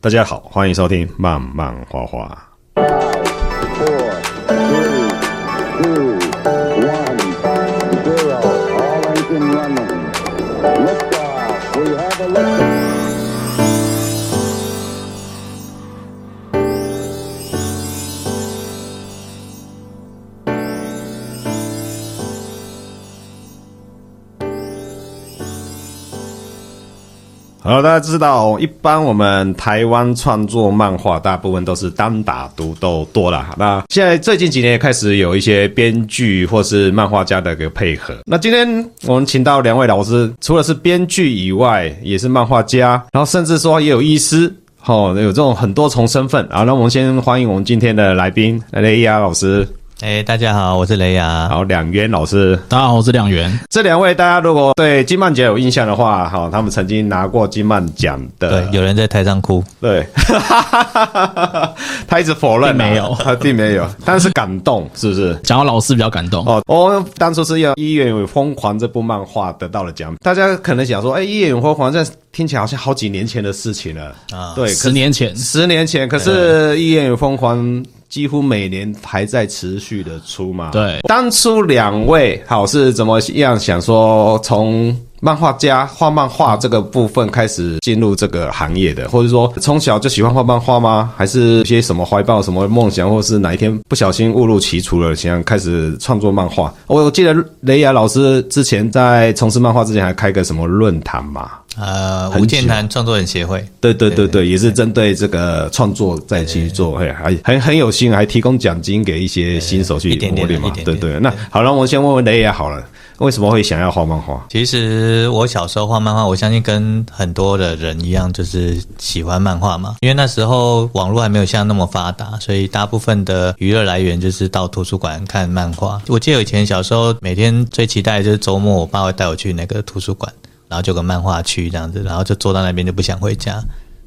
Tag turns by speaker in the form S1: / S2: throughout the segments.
S1: 大家好，欢迎收听《慢慢画画》。
S2: four, three, two, one, zero. All engine running. Liftoff. We have a liftoff.
S1: 好，大家知道，哦一般我们台湾创作漫画大部分都是单打独斗多啦。那现在最近几年也开始有一些编剧或是漫画家的一个配合。那今天我们请到两位老师，除了是编剧以外，也是漫画家，然后甚至说也有医师。哦，有这种很多重身份啊好，那我们先欢迎我们今天的来宾雷亚老师，
S3: 哎、大家好，我是雷
S1: 然
S3: 亚。
S1: 后两渊老师。
S4: 大家好，我是亮元。
S1: 这两位大家如果对金曼奖有印象的话，哈、他们曾经拿过金曼奖的
S4: 呃
S3: 对，有人在台上哭，
S1: 对，他一直否认啊、
S4: 并没有
S1: 他并没有，但是感动是不是？
S4: 讲到老师比较感动，
S1: 哦，我当初是要《一眼与疯狂》这部漫画得到了奖，大家可能想说，哎，《一眼与疯狂》这听起来好像好几年前的事情了
S3: 哦
S1: 啊，对，可
S4: 十年前
S1: 十年前，可是《一眼与疯狂》几乎每年还在持续的出嘛。
S4: 对
S1: 当初两位好是怎么样想说从漫画家画漫画这个部分开始进入这个行业的，或者说从小就喜欢画漫画吗？还是一些什么怀抱什么梦想，或是哪一天不小心误入歧途了，想开始创作漫画？我我记得雷雅老师之前在从事漫画之前还开个什么论坛嘛？
S3: 呃，
S1: 很
S3: 吴建南创作人协会，
S1: 对对对
S3: 对
S1: 对，也是针对这个创作再去做，嘿，还很很有心，还提供奖金给一些新手去
S3: 一点
S1: 磨
S3: 点
S1: 练嘛
S3: 一。点
S1: 对
S3: 点
S1: 对，那好了，我先问问雷亚好了，为什么会想要画漫画？
S3: 其实我小时候画漫画，我相信跟很多的人一样，就是喜欢漫画嘛。因为那时候网络还没有像那么发达，所以大部分的娱乐来源就是到图书馆看漫画。我记得以前小时候每天最期待的就是周末，我爸会带我去那个图书馆，然后就有个漫画区这样子，然后就坐到那边就不想回家。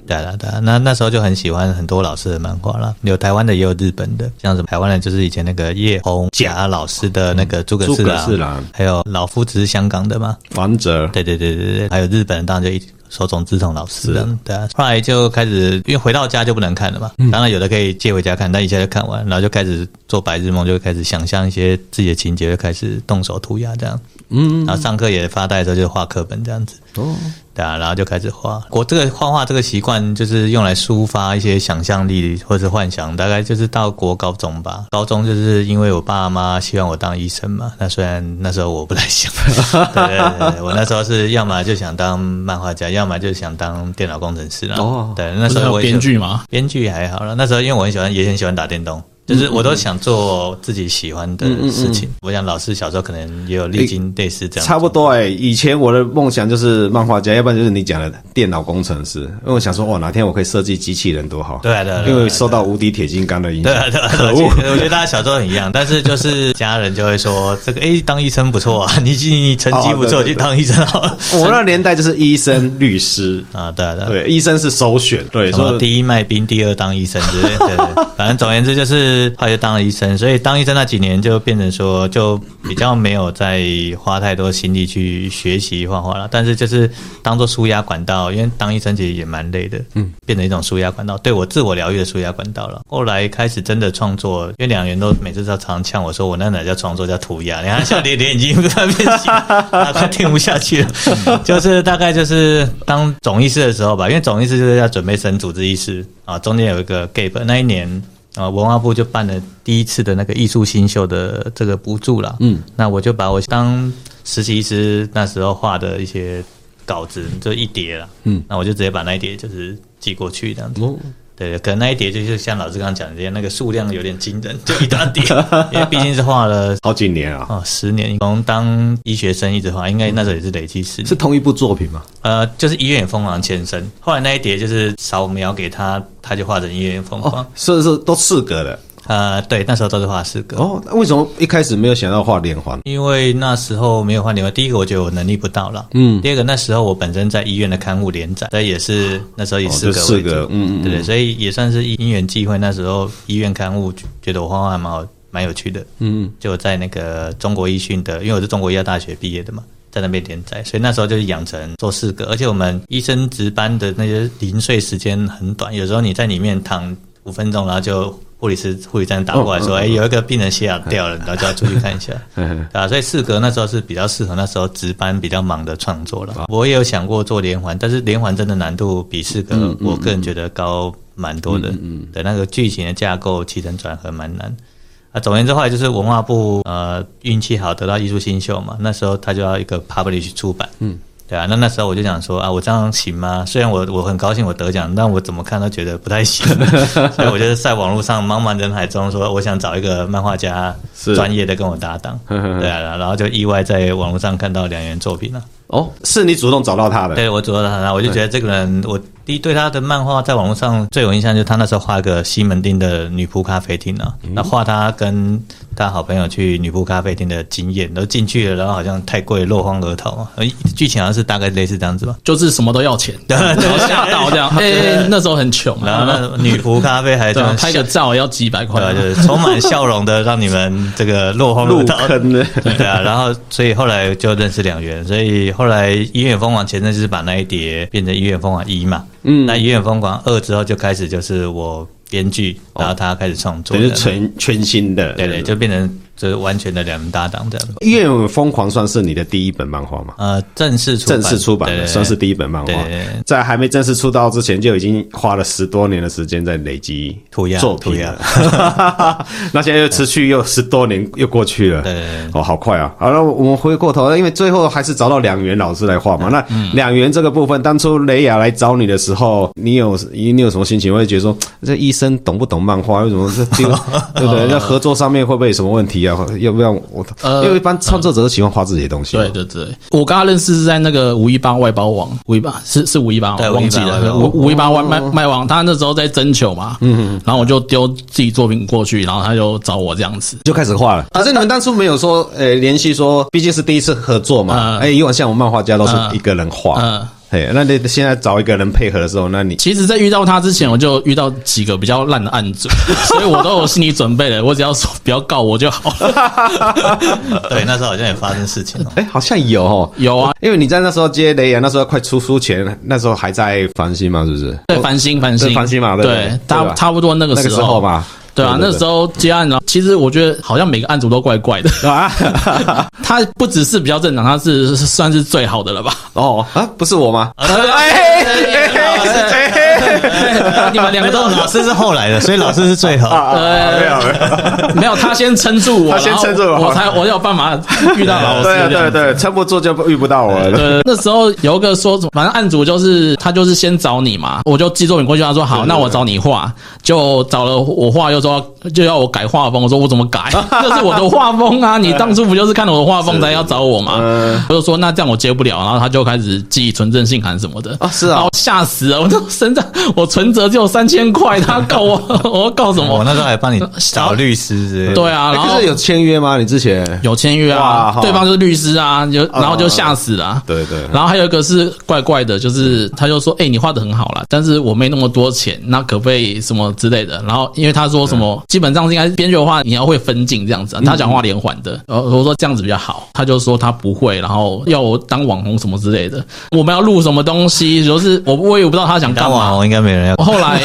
S3: 对啊，对啊，那那时候就很喜欢很多老师的漫画啦，有台湾的，也有日本的，像什么台湾的，就是以前那个叶红甲老师的那个诸葛四
S1: 诸葛
S3: 郎，
S1: 四郎
S3: 还有老夫子是香港的嘛，
S1: 王哲，
S3: 对对对对对，还有日本人当然就一手冢治虫老师的，对啊，嗯后来就开始，因为回到家就不能看了嘛，当然有的可以借回家看，但一下就看完，然后就开始做白日梦，就开始想象一些自己的情节，就开始动手涂鸦这样，嗯，然后上课也发呆的时候就画课本这样子，
S1: 哦，
S3: 对啊，然后就开始画。我这个画画这个习惯，就是用来抒发一些想象力或者幻想。大概就是到国高中吧，高中就是因为我爸妈希望我当医生嘛。那虽然那时候我不太想， 对对对对，我那时候是要么就想当漫画家，要么就想当电脑工程师啦。
S1: 哦
S3: 对，那时
S4: 不是还
S3: 候
S4: 有
S3: 我也
S4: 编
S3: 是
S4: 剧吗？
S3: 编剧还好了，那时候因为我很喜欢，也很喜欢打电动，就是我
S4: 嗯
S3: 都想做自己喜欢的事情。我想老师小时候可能也有历经类似这样的状
S1: 差
S3: 况，
S1: 不多哎、以前我的梦想就是漫画家，要不然就是你讲的电脑工程师，因为我想说，哇，哪天我可以设计机器人多好。
S3: 对啊对啊对啊
S1: 因为受到无敌铁金刚的影响
S3: 对。啊，对啊，对啊其实我觉得大家小时候很一样，但是就是家人就会说这个，哎，当医生不错啊，你你成绩不错，
S1: 哦对对对
S3: 去当医生好了。
S1: 我那年代就是医生、律师，
S3: 啊，对啊，对啊。
S1: 对，医生是首选，对，
S3: 什
S1: 所
S3: 么
S1: 以
S3: 第一卖兵，第二当医生之类的，对对反正总而言之就是后来就当了医生，所以当医生那几年就变成说，就比较没有再花太多心力去学习画画了，但是就是当做舒压管道，因为当医生其实也蛮累的，嗯，变成一种舒压管道，对我自我疗愈的舒压管道了。后来开始真的创作，因为两人都每次都常呛我说我那哪叫创作叫涂鸦，你看笑脸脸已经在那边写，他快听不下去了， 就是大概就是当总医师的时候吧，因为总医师就是要准备升主治医师啊，中间有一个 gap，那一年。啊，文化部就办了第一次的那个艺术新秀的这个补助啦。嗯，那我就把我当实习医师那时候画的一些稿子，就一叠了。嗯，哦那我就直接把那一叠就是寄过去这样子。对，可能那一叠就是像老师刚刚讲的这样，那个数量有点惊人，就一大 叠，因为毕竟是画了
S1: 好几年啊，
S3: 哦十年，从当医学生一直画，应该那时候也是累积十年
S1: 是。同一部作品吗？
S3: 呃，就是《医院疯狂》前身，后来那一叠就是扫描给他，他就画成《医院疯狂》
S1: 哦，是是都四格的。
S3: 呃，对，那时候都是画四个。
S1: 哦，那为什么一开始没有想到画连环？
S3: 因为那时候没有换电话，第一个我觉得我能力不到了，嗯，第二个那时候我本身在医院的刊物连载，那也是那时候以四
S1: 哦就
S3: 个
S1: 四
S3: 为主，
S1: 个嗯嗯嗯
S3: 对对，所以也算是因缘际会，那时候医院刊物觉得我画画还
S1: 嗯
S3: 蛮好，蛮有趣的，嗯，就在那个中国医讯的，因为我是中国医药大学毕业的嘛，在那边连载，所以那时候就是养成做四个，而且我们医生值班的那些零碎时间很短，有时候你在里面躺五分钟，然后就护理师护理站打过来说，
S1: 哦
S3: 哎、
S1: 嗯
S3: 有一个病人血压掉了，然后就要出去看一 下，
S1: 嗯
S3: 对啊，所以四格那时候是比较适合那时候值班比较忙的创作了。我也有想过做连环，但是连环真的难度比四格，我个人觉得高蛮多的。嗯，的那个剧情的架构起承转合蛮难。啊，总而言之，后来就是文化部呃运气好得到艺术新秀嘛，那时候他就要一个 publish 出版，嗯，对啊，那那时候我就想说啊，我这样行吗？虽然我我很高兴我得奖，但我怎么看都觉得不太行，所以我就是在网络上茫茫人海中说，我想找一个漫画家
S1: 是
S3: 专业的跟我搭档，对啊，然后就意外在网络上看到两元作品了。
S1: 哦，是你主动找到他的，
S3: 对我主要他，我就觉得这个人，我第一对他的漫画在网络上最有印象，就是他那时候画一个西门町的女仆咖啡厅啊，
S4: 嗯
S3: 那画他跟他好朋友去女仆咖啡厅的经验，都进去了，然后好像太贵，落荒而逃啊，呃剧情好像是大概类似这样子吧。
S4: 就是什么都要钱，然后吓到这样。哎，那时候很穷
S3: 然后
S4: 啊，
S3: 那女仆咖啡还这
S4: 对啊
S3: 样
S4: 拍个照要几 百块
S3: 对啊，
S4: 啊，
S3: 就是充满笑容的，让你们这个落荒而
S1: 入
S3: 逃。
S1: 坑了。
S3: 对啊，然后所以后来就认识两元，所以后来《一元疯狂》前阵就是把那一碟变成《一元疯狂一》嘛，嗯，那《一元疯狂二》之后就开始就是我编剧，然后他开始创作
S1: 等
S3: 的，
S1: 于是全全新的，
S3: 对对，就变成就是完全的两人搭档这样。
S1: 《月影疯狂》算是你的第一本漫画吗？
S3: 呃，正式出版
S1: 正式出版
S3: 对
S1: 的
S3: 对对
S1: 算是第一本漫画
S3: 对对对，
S1: 在还没正式出道之前，就已经花了十多年的时间在累积
S3: 涂鸦
S1: 作
S3: 涂
S1: 品
S3: 鸦
S1: 了。 那现在又持续又十多年又过去了，
S3: 对对对
S1: 哦，好快啊！好了，我们回过头，因为最后还是找到两元老师来画嘛。
S3: 嗯
S1: 那两元这个部分，当初雷雅来找你的时候，你有你你有什么心情？会觉得说这医生懂不懂漫画？为什么这 丢？对不对？那合作上面会不会有什么问题啊？要不要我？
S4: 呃
S1: 因为一般创作者都喜欢画自己的东西嘛。
S4: 对对对，我跟他认识是在那个五一八外包网，五一八是是五一八，
S3: 对
S4: 我忘记
S3: 518外
S4: 了，
S3: 包
S4: 五
S3: 网
S4: 五一八外卖卖网，他那时候在征求嘛，嗯，然后我就丢自己作品过去，然后他就找我这样子，
S1: 就开始
S4: 啊
S1: 画了。可是你们当初没有说，呃，联系说，毕竟是第一次合作嘛。
S4: 嗯
S1: 哎、以往像我漫画家都是一个人画，
S4: 嗯
S1: 哎、那你现在找一个人配合的时候，那你。
S4: 其实，在遇到他之前，我就遇到几个比较烂的案子， 所以我都有心理准备了，我只要说不要告我就好了。
S3: 对，那时候好像也发生事情了
S1: 哎、好像有哦，
S4: 有啊，
S1: 因为你在那时候接雷洋，那时候快出书前，那时候还在繁星嘛，是不是？
S4: 对，繁星，繁星，
S1: 对繁星嘛对对
S4: 对，
S1: 对
S4: 差
S1: 吧
S4: 差不多那个
S1: 那个时候嘛，
S4: 对啊，那时候接案了。其实我觉得好像每个案主都怪怪的，
S1: 啊，
S4: 他不只是比较正常，他是算是最好 的了吧？
S1: 哦啊，不是我 吗？
S4: 哎
S1: 哎
S4: 你们 两个都
S3: 那
S4: 很
S3: 老
S4: 好，啊
S3: 师是后来的，所以老师是最 好。
S1: 哎没有没
S4: 哎
S1: 有，
S4: 没有他先撑住我，
S1: 他先撑住我
S4: 然后我才我有办法遇到老师。
S1: 对啊
S4: 这
S1: 对
S4: 样子
S1: 对，撑不住就遇不到我了。
S4: 对，啊那时候有一个说，反正案主就是他就是先找你嘛，我就寄作品过去，他说好，那我找你画，就找了我画，又说就要我改画风，我说我怎么 改？这是我的画风啊，你当初不就是看了我的画风才要找我嘛？
S1: 嗯
S4: 我就说那这样我接不了，然后他就开始寄存证信函什么的
S1: 啊是啊
S4: 然后吓死了，我都身上我存折只有三千块，他 告我，我要告什
S3: 我
S4: 么？
S3: 那时候还帮你找律师之类的。
S4: 对啊，然后
S1: 哦哎可是有签约吗？你之前
S4: 有签约
S1: 哇哦
S4: 啊
S1: 哈，
S4: 对方就是律师啊，就然后就吓死了、啊。
S1: 对对
S4: 然后还有一个是怪怪的，就是他就说：“哎、你画的很好啦，但是我没那么多钱，那可不可以什么之类的？”然后因为他说什么，基本上是应该编剧的话，你要会分镜这样子啊、他想画连环的，然后我说这样子比较好，他就说他不会，然后要我当网红什么之类的。我们要录什么东西，就是我我也不知道他想干
S3: 当
S4: 嘛
S3: 网。红应该没人要。
S4: 后 来，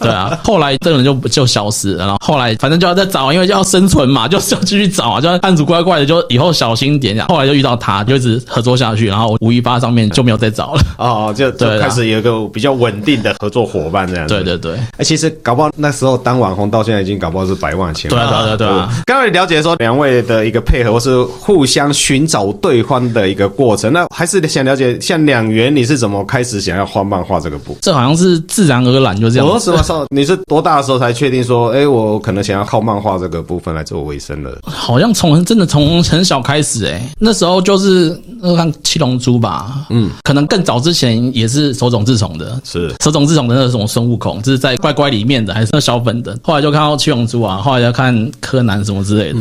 S4: 对啊，后来这个人就就消失了，然后后来反正就要再找，因为就要生存嘛，就是要继续找啊，就要案主怪怪的，就以后小心点啊。后来就遇到他，就一直合作下去，然后五一八上面就没有再找了。
S1: 哦，就就
S4: 对啦
S1: 开始有一个比较稳定的合作伙伴这样子。
S4: 对对对，
S1: 哎、其实搞不好那时候当网红到现在已经搞不好是百万千
S4: 对
S1: 万。
S4: 啊对啊对啊对啊，
S1: 刚刚你了解说两位的一个配合，或是互相寻找对方的一个过程，那还是想了解像两元你是怎么开始想要画漫画这个部？
S4: 这好像是自然而然就这
S1: 我
S4: 样。
S1: 什么时候你是多大的时候才确定说，哎、我可能想要靠漫画这个部分来做为生的？
S4: 好像从真的从很小开始诶、那时候就是呃看《七龙珠》吧，嗯，可能更早之前也是手冢治虫的，
S1: 是
S4: 手冢治虫的那种孙悟空，就是在乖乖里面的，还是那小粉的。后来就看到七龙珠啊，后来就看柯南什么之类的，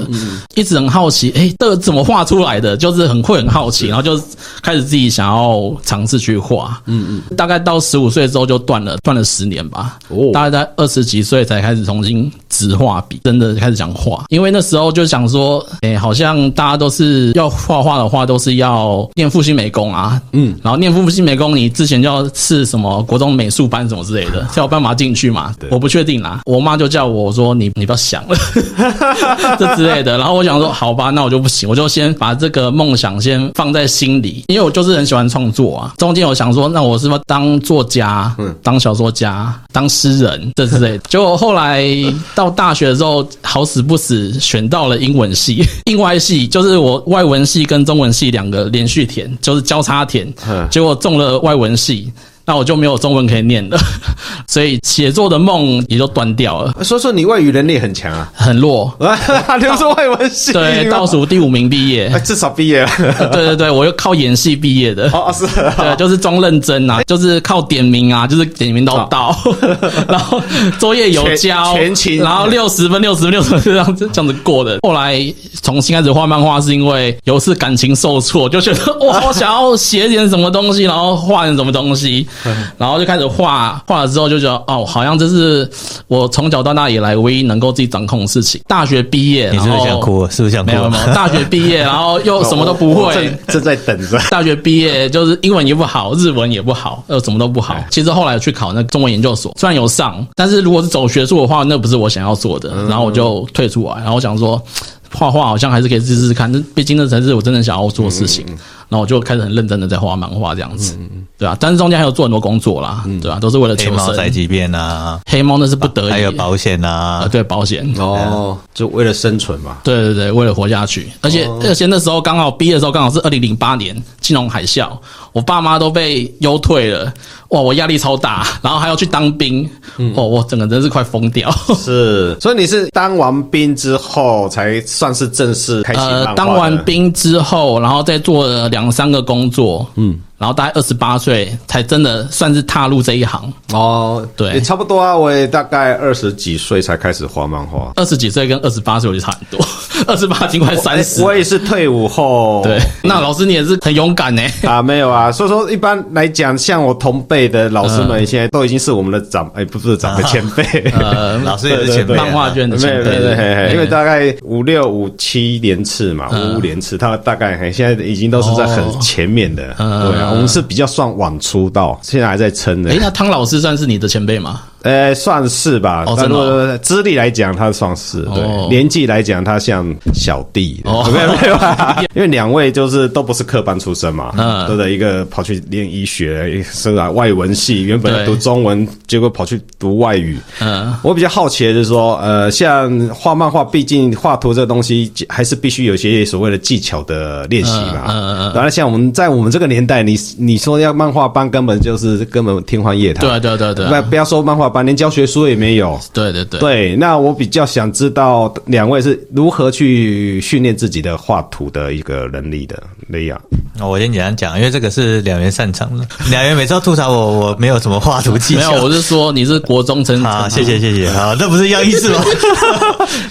S4: 一直很好奇，诶，这个怎么画出来的？就是很会很好奇，然后就开始自己想要尝试去画。嗯嗯，大概到十五岁之后就断了，断了十年吧。
S1: 哦
S4: 大概在二十几岁才开始重新直画笔，真的开始讲画。因为那时候就想说，哎、好像大家都是要画画的话，都是要念复兴美工啊，嗯，然后念复兴美工，你之前就要是什么国中美术班什么之类的，才有办法进去嘛。我不确定啦，我妈就叫我说你你不要想了， 这之类的。然后我想说，好吧，那我就不行，我就先把这个梦想先放在心里，因为我就是很喜欢创作啊。中间我想说，那我是不是当作家，当小说家，当诗人这之类的。结果后来到大学的时候，好死不死选到了英文系， 英外系就是我外文系跟中文系两个连续填，就是交叉填
S1: 嗯，
S4: 结果中了外文系。那我就没有中文可以念了， 所以写作的梦也就断掉了，
S1: 所以说你外语能力很强啊，
S4: 很弱。
S1: 啊，你又是外文系，
S4: 对，倒数第五名毕业
S1: 哎，。至少毕业了。
S4: 呃对对对，我又靠演戏毕业的。
S1: 哦，是啊，
S4: 对，就是装认真啊，就是靠点名啊，就是点名到到， 然后作业有交，
S1: 全全勤
S4: 然后六十分、六十分、六十分这样子这样子过的。后来重新开始画漫画，是因为有一次感情受挫，就觉得 哇，我想要写点什么东西，然后画点什么东 西，然后就开始画，画了之后就觉得哦，好像这是我从小到大以来唯一能够自己掌控的事情。大学毕业，
S3: 你是不
S4: 然
S3: 是
S4: 后
S3: 想？哭？是不是想哭
S4: 没？有 没有，大学毕业，然后又哦什么都不
S1: 哦我
S4: 会，
S1: 正正在等着。
S4: 大学毕业就是英文也不好，日文也不好，呃，什么都不好
S1: 哎。
S4: 其实后来有去考那个中文研究所，虽然有上，但是如果是走学术的话，那不是我想要做的。
S3: 嗯
S4: 然后我就退出来，然后我想说，画画好像还是可以试试看，那毕竟那才是我真的想要做的事情。
S3: 嗯
S4: 然后我就开始很认真的在画漫画这样子，对啊，但是中间还有做很多工作啦，对啊，都是为了
S3: 嗯黑
S4: 求
S3: 猫宅
S4: 生。
S3: 急便啊，
S4: 黑猫那是不得已，
S3: 还有保险
S4: 呃
S3: 啊，
S4: 对保险，
S1: 哦， 就为了生存嘛。
S4: 对对对，为了活下去，而且、而且那时候刚好毕业的时候刚好是二零零八年金融海啸，我爸妈都被优退了，哇，我压力超大， 然后还要去当兵，哦，我整个人是快疯掉。
S1: 是，所以你是当完兵之后才算是正式开始漫画
S4: 呃
S1: 的、，
S4: 当完兵之后，然后再做了两三个工作，嗯，然后大概二十八岁才真的算是踏入这一行。
S1: 哦，
S4: 对
S1: 也差不多啊。我也大概二十几岁才开始画漫画。
S4: 二十几岁跟二十八岁我就差很多， 二十八已经快 三十。
S1: 我也是退伍后。
S4: 对，那老师你也是很勇敢呢、 欸
S1: 啊，没有啊，所以说一般来讲，像我同辈的老师
S4: 嗯
S1: 们，现在都已经是我们的长，哎、不是 长
S4: 啊
S1: 辈，前辈。
S4: 呃，
S3: 老师也是前辈啊，
S4: 漫画圈的
S1: 没
S4: 前
S1: 有
S4: 辈
S1: 没有没有嘿嘿，因为
S4: 对
S1: 大概五六五七连次嘛，
S4: 嗯
S1: 五五连次，他大概嘿现在已经都是在
S4: 哦
S1: 很前面的，
S4: 嗯
S1: 对啊，我们是比较算晚出道，现在还在撑的
S4: 哎、，那汤老师算是你的前辈吗？
S1: 呃，算是吧
S4: 哦。
S1: 但
S4: 真
S1: 如
S4: 的哦
S1: 果资历来讲，他算是
S4: 哦
S1: 对年纪来讲，他像小弟，
S4: 哦
S1: 没有没有啊， 因为两位就是都不是科班出身嘛，
S4: 嗯
S1: 对的，一个跑去练医学，是啊，外文系原本
S4: 对
S1: 读中文，结果跑去读外语，
S4: 嗯，
S1: 我比较好奇的就是说，呃，像画漫画，毕竟画图这个东西还是必须有一些所谓的技巧的练习嘛。
S4: 嗯嗯嗯
S1: 当然，像我们在我们这个年代，你你说要漫画班，根本就是根本天方夜谭。
S4: 对啊对啊对啊对啊
S1: 不不要说漫画班，连教学书也没有。
S4: 对对对，
S1: 对，那我比较想知道两位是如何去训练自己的画图的一个能力的那样。
S3: 那我先简单讲，因为这个是两元擅长的。 两元每次都吐槽我，我没有什么画图技
S4: 没
S3: 巧。
S4: 有，我是说你是国中成
S3: 啊，谢谢谢谢啊，这不是一样意思吗？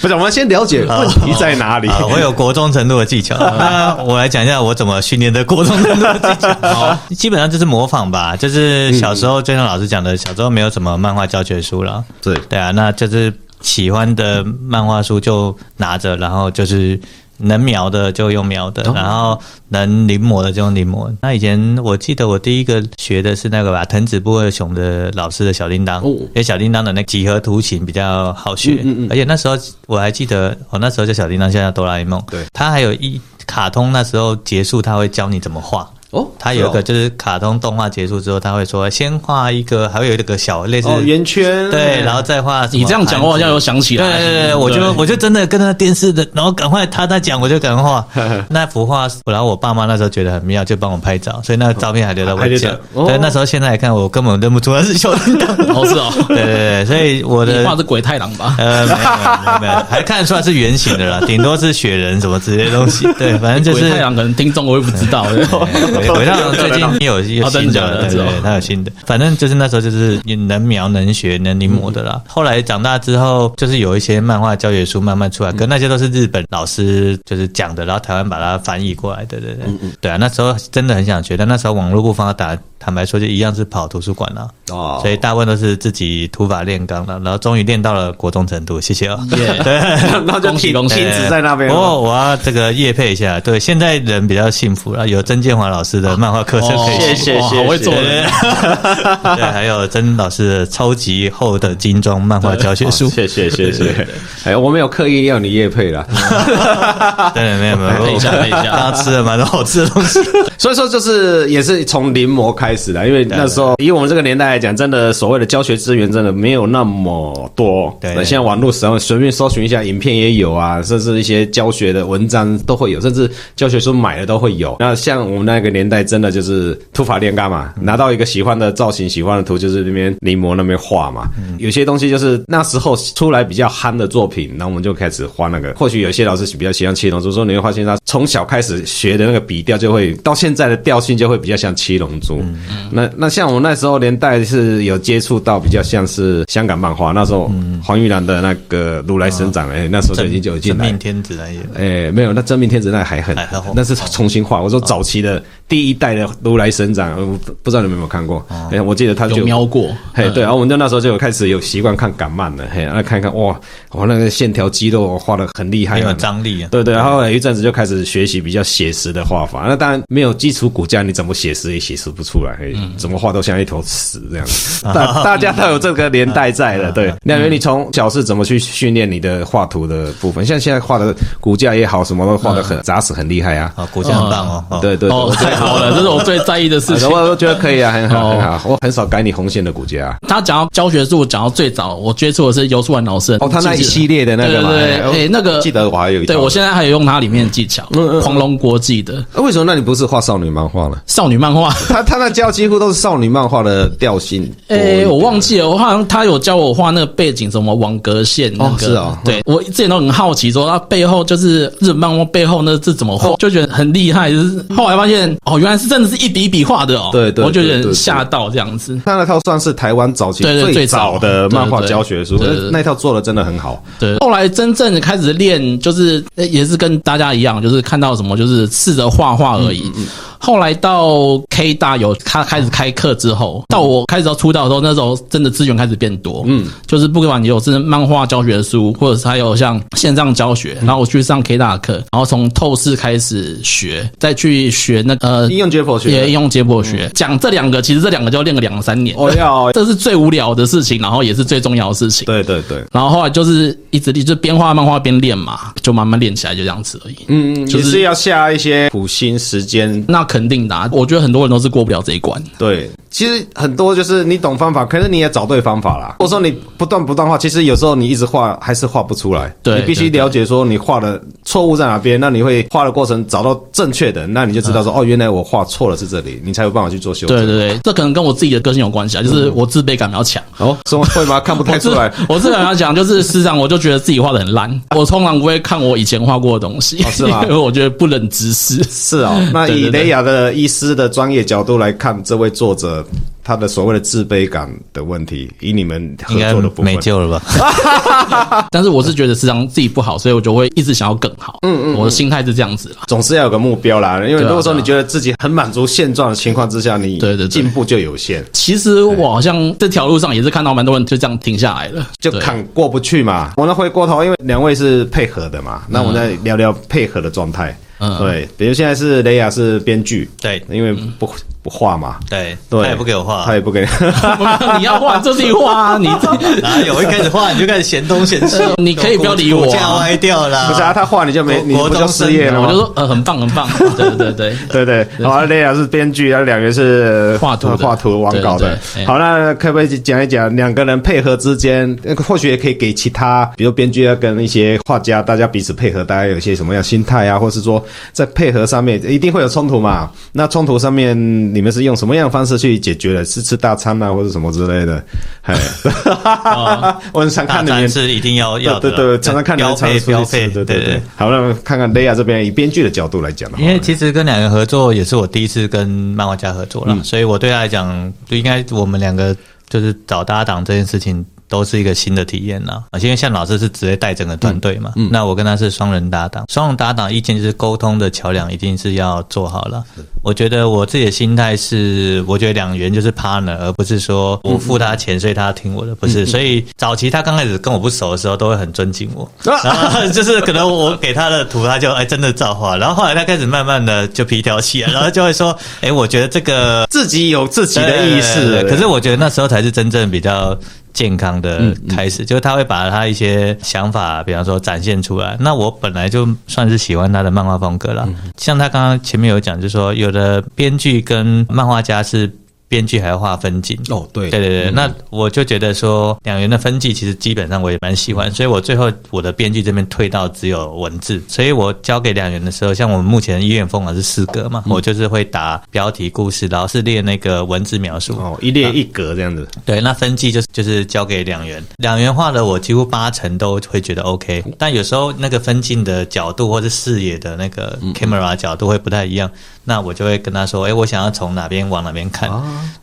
S1: 不是，我们先了解问题在哪里。
S3: 啊，我有国中程度的技 巧。那我来讲一下我怎么训练的国中程度的技 巧。好，基本上就是模仿吧，就是小时候，就像老师讲的，小时候没有什么漫画教学书了。
S1: 对
S3: 对啊，那就是喜欢的漫画书就拿着，然后就是能描的就用描的，
S1: 哦
S3: 然后能临摹的就用临摹。那以前我记得我第一个学的是那个吧，藤子不二雄的老师的小叮当，
S4: 哦
S3: 因为小叮当的那个几何图形比较好学，
S4: 嗯
S3: 而且那时候我还记得，我那时候叫小叮当，现在叫哆啦 A 梦，
S1: 对
S3: 他还有一卡通那时候结束，他会教你怎么画。
S1: 哦
S3: 他有一个就是卡通动画结束之后，他会说哎先画一个，还会有一个小类似
S1: 哦圆圈，
S3: 对，然后再画什么
S4: 你这样讲，我好像有
S3: 盘子。
S4: 想起
S3: 对
S4: 来。
S3: 对对对，我就我就真的跟他电视的，然后赶快他在讲，我就赶快 画那幅画。然后我爸妈那时候觉得很妙，就帮我拍照， 所以那
S4: 哦
S3: 个照片还留在我
S1: 还留着
S3: 家。
S1: 哦
S3: 对，那时候现在来看，我根本认不出来是小叮 当。
S4: 哦是哦，
S3: 对对对，所以我
S4: 你
S3: 的
S4: 画的是鬼太郎吧？
S3: 呃，没有没 有没有，还看得出来是圆形的啦，顶多是雪人什么之类的东 西。对，反正
S1: 呃
S3: 就
S4: 鬼
S3: 是
S4: 太郎可能听众我也不知 道。
S3: 回到最近也有有
S4: 哦真
S3: 新
S4: 的假
S3: 的，
S4: 的
S3: 对
S4: 是
S3: 对
S4: 哦
S3: 对，他有新的。反正就是那时候就是也能描能学能临摹的啦。
S4: 嗯
S3: 后来长大之后，就是有一些漫画教学书慢慢
S4: 嗯
S3: 出来，可那些都是日本老师就是
S4: 嗯
S3: 讲的，然后台湾把它翻译过来的，对对对。对啊，那时候真的很想学，但那时候网络不发达，坦白说，就一样是跑图书馆啦，
S1: 哦
S3: 所以大部分都是自己土法炼钢了，然后终于练到了国中程度，谢谢 啊。
S1: 然后就
S4: 恭喜
S1: 停
S4: 恭喜
S1: 停止在那边
S3: 不
S1: 了。
S3: 过呃我要这个业配一下，对，现在人比较幸福了，有曾建华老师的漫画课程可以学
S1: 哦谢谢谢
S4: 哇
S1: 谢
S4: 哦好会做人，
S3: 对，还有曾老师的超级厚的精装漫画教学书。
S1: 谢谢谢谢，哎，我没有刻意要你夜配啦，
S3: 对，没有没有，
S4: 等一下
S3: 我
S4: 等一下
S3: 刚刚吃了蛮多好吃的东西。
S1: 所以说就是也是从临摹开始的，因为那时候以我们这个年代来讲，真的所谓的教学资源真的没有那么多。
S3: 对
S1: 那现在网络使用，随便搜寻一下影片也有啊，甚至一些教学的文章都会有，甚至教学书买的都会有。那像我们那个年代，真的就是土法炼钢嘛，拿到一个喜欢的造型、喜欢的图，就是那边临摹那边画嘛。有些东西就是那时候出来比较憨的作品，然后我们就开始画那个。或许有些老师比较喜欢七龙珠，说你会发现他从小开始学的那个笔调，就会到现在的调性就会比较像七龙珠。
S3: 嗯
S1: 那那像我那时候年代是有接触到比较像是香港漫画，那时候黄玉兰的那个如来神掌，哎、那时候就已经就有进
S3: 嗯啊真
S1: 来
S3: 命。天子来也。
S1: 哎、没有，那真命天子那还很
S3: 还很红，哦
S1: 那是重新画。我说早期的第一代的如来神掌，呃我不不知道你们有没有看过？
S3: 哦
S1: 哎、我记得他就
S4: 有瞄过，
S1: 嘿，对，然后我们就那时候就有开始有习惯看港漫了，嘿，那啊看一看哇，我那个线条肌肉画的很厉害，
S3: 很有张力啊。
S1: 对对，然后有一阵子就开始学习比较写实的画法。那当然没有基础骨架，你怎么写实也写实不出来，嘿怎么画都像一头屎这样。大大家都有这个年代在了，对。那因为你从小是怎么去训练你的画图的部分？像现在画的骨架也好，什么都画的很扎实，很厉害啊。
S3: 啊，果酱很棒哦。哦
S1: 对对，对
S4: 哦，太好了，这是我最在意的事情
S1: 我。我觉得可以啊，很好
S4: 哦
S1: 很好。我很少改你红线的骨架啊。
S4: 他讲到教学术，讲到最早我接触的是游素文老师
S1: 哦，他那一系列的那个嘛，
S4: 对对对
S1: 哎我
S4: 哎那个
S1: 记得我还有一嗯
S4: 对
S1: 套
S4: 我现在还有用它里面的技巧，狂龙国际的
S1: 啊为什么？那你不是画少女漫画了？
S4: 少女漫画。
S1: 他他那教几乎都是少女漫画的调性。
S4: 诶、
S1: 多一点啊
S4: 我忘记了，我好像他有教我画那个背景，什么网格线那个。
S1: 哦是哦
S4: 对我之前都很好奇说，他背后就是日本漫画背后那是怎么画，就觉得很厉害。就是后来发现，哦，原来是真的是一笔一笔画的哦。
S1: 对对
S4: 我就有
S1: 对对
S4: 点
S1: 对
S4: 吓到这样子。
S1: 他那套算是台湾早期
S4: 对对最
S1: 早
S4: 早
S1: 的漫画
S4: 对对对
S1: 教学书，
S4: 对对对
S1: 那一套做的真的很好。
S4: 对，后来真正开始练，就是呃也是跟大家一样，就是看到什么就是试着画画而已。
S1: 嗯
S4: 后来到 K 大有他开始开课之后，到我开始要出道的时候，那时候真的资源开始变多。嗯，就是不管你有是漫画教学的书，或者是还有像线上教学，
S1: 嗯
S4: 然后我去上 K 大的课，然后从透视开始学，再去学那个呃
S1: 应用解剖学嗯
S4: 也应用解剖学。讲这两个，其实这两个就要练个两三年。
S1: 哦要
S4: 这是最无聊的事情，然后也是最重要的事情。
S1: 对对对，
S4: 然后后来就是一直就边画漫画边练嘛，就慢慢练起来，就这样子而已。嗯，
S1: 嗯，就
S4: 就是
S1: 是要下一些苦心时间。
S4: 那肯定的啊、我觉得很多人都是过不了这一关。
S1: 对，其实很多就是你懂方法，可是你也找对方法啦。或者说你不断不断画，其实有时候你一直画还是画不出来。
S4: 对
S1: 你必须
S4: 对对
S1: 了解说你画的错误在哪边，那你会画的过程找到正确的，那你就知道说、哦，原来我画错了是这里，你才有办法去做修正。
S4: 对对对，这可能跟我自己的个性有关系啊，就是我自卑感比较强。
S1: 哦，说会吗？看不太
S4: 我自
S1: 出来。
S4: 我自卑感比较强，就是事实上我就觉得自己画的很 烂，我通常不会看我以前画过的东西，
S1: 哦是吗
S4: 因为我觉得不忍直 视。
S1: 是哦，那
S4: 对
S1: 以
S4: 对对
S1: 雷亚的医师的专业角度来看，这位作者他的所谓的自卑感的问题，以你们合
S3: 应该
S1: 作的部分
S3: 没，救了吧？
S4: 但是我是觉得事实上自己不好，所以我就会一直想要更好。嗯嗯，我的心态是这样子啦。
S1: 总是要有个目标啦。因为
S4: 对啊
S1: 如果说
S4: 对啊
S1: 你觉得自己很满足现状的情况之下，你
S4: 对对对
S1: 进步就有限，
S4: 其实我好像这条路上也是看到蛮多人就这样停下来 了，
S1: 就
S4: 对
S1: 坎过不去嘛。我那回过头，因为两位是配合的嘛，那我们再聊聊配合的状态。
S4: 嗯
S1: 对，比如现在是雷亚是编剧，
S3: 对
S1: 因为不不画嘛，
S3: 对，
S1: 对，
S3: 他也不给我画
S1: 他。也不给。
S4: 你要画就自己画啊，你自己，
S3: 哪有一开始画你就开始嫌东嫌 西
S4: 你可以不要理我啊
S3: 骨架歪掉啦。
S1: 不是啊，他画你就没，
S3: 国
S1: 你不
S3: 国
S1: 就
S3: 中
S1: 失业了
S4: 我
S1: 吗
S4: 就？说呃，很棒，很棒，对对对对。
S1: 对对，好，雷亚是编剧，然后两个是呃
S4: 画图的
S1: 画图网稿的
S4: 对对。
S3: 哎
S4: 对
S1: 好，那可不可以讲一讲两个人配合之间，呃或许也可以给其他，比如编剧要跟一些画家，大家彼此配合，大家有一些什么样的心态啊，或是说在配合上面一定会有冲突嘛？那冲突上面你们是用什么样的方式去解决的？是吃大餐啊，或者什么之类的？哎， 我很想
S3: 哦大
S1: 看你
S3: 战
S1: 们
S3: 是一定要要的
S1: 对
S3: 啦，
S1: 对对，常常看你们
S3: 标
S1: 常
S3: 配
S1: 出去
S3: 标
S1: 吃
S3: 配，
S1: 对
S3: 对
S1: 对。好，那我们看看雷亚这边以编剧的角度来讲的话
S3: 因，为其实跟两个合作也是我第一次跟漫
S1: 嗯
S3: 画家合作了，所以我对他来讲，就应该我们两个就是找搭档这件事情。都是一个新的体验啦。而且因为像老师是直接带整个团队嘛，
S1: 嗯
S3: 那我跟他是双人搭档，双人搭档意见就是沟通的桥梁一定是要做好了。我觉得我自己的心态是，我觉得两元就是 partner，而不是说我付他钱，所以他听我的，不是。所以早期他刚开始跟我不熟的时候，都会很尊敬我，然后就是可能我给他的图，他就哎真的造化。然后后来他开始慢慢的就皮条起来，然后就会说，哎，我觉得这个
S1: 自己有自己的意
S3: 对对
S1: 识
S3: 对，可是我觉得那时候才是真正比较。健康的开
S1: 嗯
S3: 始，就是他会把他一些想法，比方说展现出来。那我本来就算是喜欢他的漫画风格了。
S1: 嗯
S3: 像他刚刚前面有讲，就是说有的编剧跟漫画家是编剧还要画分镜
S1: 哦对
S3: 对对对，那我就觉得说两元的分季其实基本上我也蛮喜欢，所以我最后我的编剧这边退到只有文字，所以我交给两元的时候，像我们目前医院风格是四格嘛，我就是会打标题、故事，然后是列那个文字描述。
S1: 哦，一列一格这样子，
S3: 对，那分季就是就是交给两元，两元画的我几乎八成都会觉得 OK，但有时候那个分镜的角度或是视野的那个 camera 角度会不太一样，那我就会跟他说，哎、我想要从哪边往哪边看。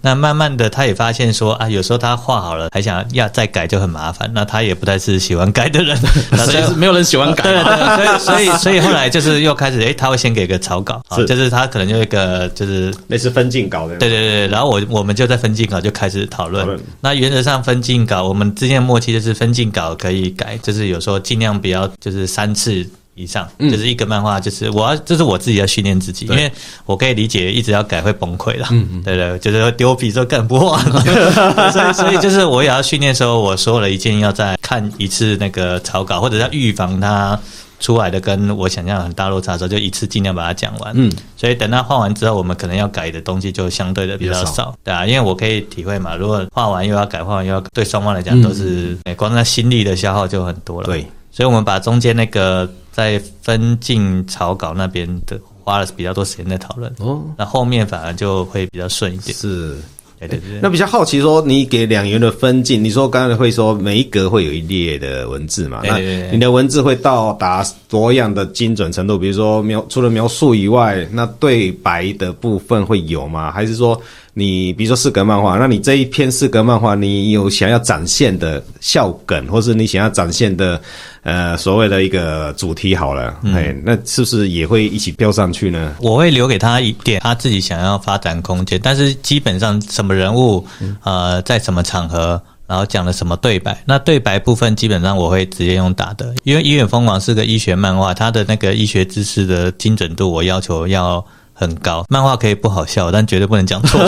S3: 那慢慢的他也发现说啊，有时候他画好了还想要再改就很麻烦，那他也不太是喜欢改的人，那所
S4: 所
S3: 以呃
S4: 以是没有人喜欢改
S3: 对
S4: 嘛。
S3: 对，所以所以所以后来就是又开始，诶、他会先给个草稿，啊
S1: 是
S3: 就是他可能就一个就是
S1: 类似分镜稿的。
S3: 对对对，然后我我们就在分镜稿就开始讨
S1: 讨
S3: 论
S1: 论。
S3: 那原则上分镜稿，我们之间的默契就是分镜稿可以改，就是有时候尽量不要就是三次。以上就是一个漫画，就是我要，这是我自己要训练自己，因为我可以理解一直要改会崩溃的，对对，就是会丢笔说干不画了，对嗯 所以所以就是我也要训练说，我所有的一件要再看一次那个草稿，或者要预防它出来的跟我想象很大落差的时候，就一次尽量把它讲完，嗯，所以等它画完之后，我们可能要改的东西就相对的比较
S1: 比较
S3: 少，对啊，因为我可以体会嘛，如果画完又要改，画完又要改对双方来讲都是、哎光那心力的消耗就很多了。
S1: 嗯对，
S3: 所以我们把中间那个在分镜草稿那边的花了比较多时间在讨论，
S1: 哦，
S3: 那后面反而就会比较顺一点。
S1: 是。
S3: 对对对。
S1: 那比较好奇说，你给两元的分镜，你说刚才会说每一格会有一列的文字嘛？
S3: 对对对
S1: 那你的文字会到达多样的精准程度？比如说描除了描述以外，那对白的部分会有吗？还是说你比如说四格漫画，那你这一篇四格漫画，你有想要展现的笑梗，或是你想要展现的呃所谓的一个主题好了，
S3: 嗯
S1: 哎、那是不是也会一起标上去呢？
S3: 我会留给他一点他自己想要发展空间，但是基本上什么人物，呃，在什么场合，然后讲了什么对白，那对白部分基本上我会直接用打的，因为《医院疯狂》是个医学漫画，它的那个医学知识的精准度我要求要。很高，漫画可以不好笑，但绝对不能讲错。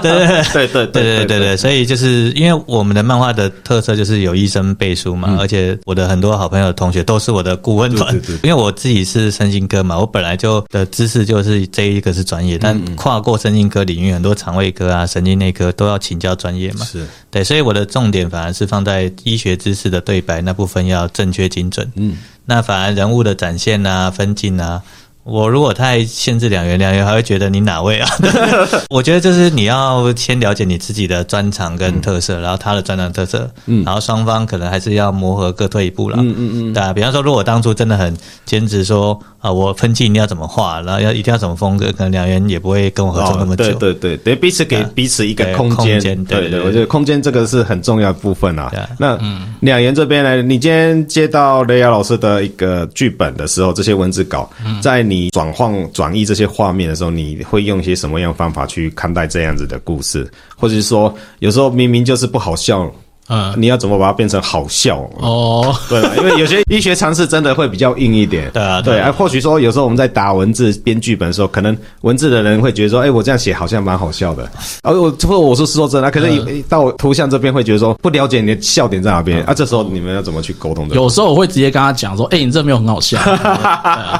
S3: 对 对对
S1: 对对
S3: 对对对对，所以就是因为我们的漫画的特色就是有医生背书嘛，而且我的很多好朋友同学都是我的顾问团，
S1: 嗯对对
S3: 因为我自己是身心科嘛，我本来就的知识就是这一个是专业，
S1: 嗯
S3: 但跨过身心科领域，很多肠胃科啊、神经内科都要请教专业嘛，
S1: 是
S3: 对，所以我的重点反而是放在医学知识的对白那部分要正确精准。嗯，那反而人物的展现啊、分镜啊，我如果太限制两元，两元还会觉得你哪位啊？ 我觉得就是你要先了解你自己的专长跟特色，然后他的专长特色，嗯，然后双方可能还是要磨合各退一步啦。嗯嗯嗯，对啊，比方说，如果我当初真的很坚持说啊，我分镜一定要怎么画，然后要一定要怎么风格，可能两元也不会跟我合作那么久。
S1: 哦、对对对，等于彼此给
S3: 对啊
S1: 彼此一个
S3: 对
S1: 空
S3: 空间对
S1: 对
S3: 对
S1: 我觉得空间这个是很重要的部分啊
S3: 对。嗯
S1: 那两言这边呢，你今天接到雷亚老师的一个剧本的时候，这些文字稿，
S3: 嗯
S1: 在你转换转译这些画面的时候，你会用一些什么样的方法去看待这样子的故事，或者是说，有时候明明就是不好笑，
S4: 嗯，
S1: 你要怎么把它变成好笑？
S4: 哦，
S1: 对吧？因为有些医学常识真的会比较硬一点。
S3: 对啊对
S1: 对
S3: 啊
S1: 啊。或许说有时候我们在打文字编剧本的时候，可能文字的人会觉得说，哎、我这样写好像蛮好笑的。而我或我是说真的，可是
S4: 啊
S1: 一一到图像这边会觉得说不了解你的笑点在哪边、啊，这时候你们要怎么去沟通这个？
S4: 有时候我会直接跟他讲说：“哎，你这没有很好笑。”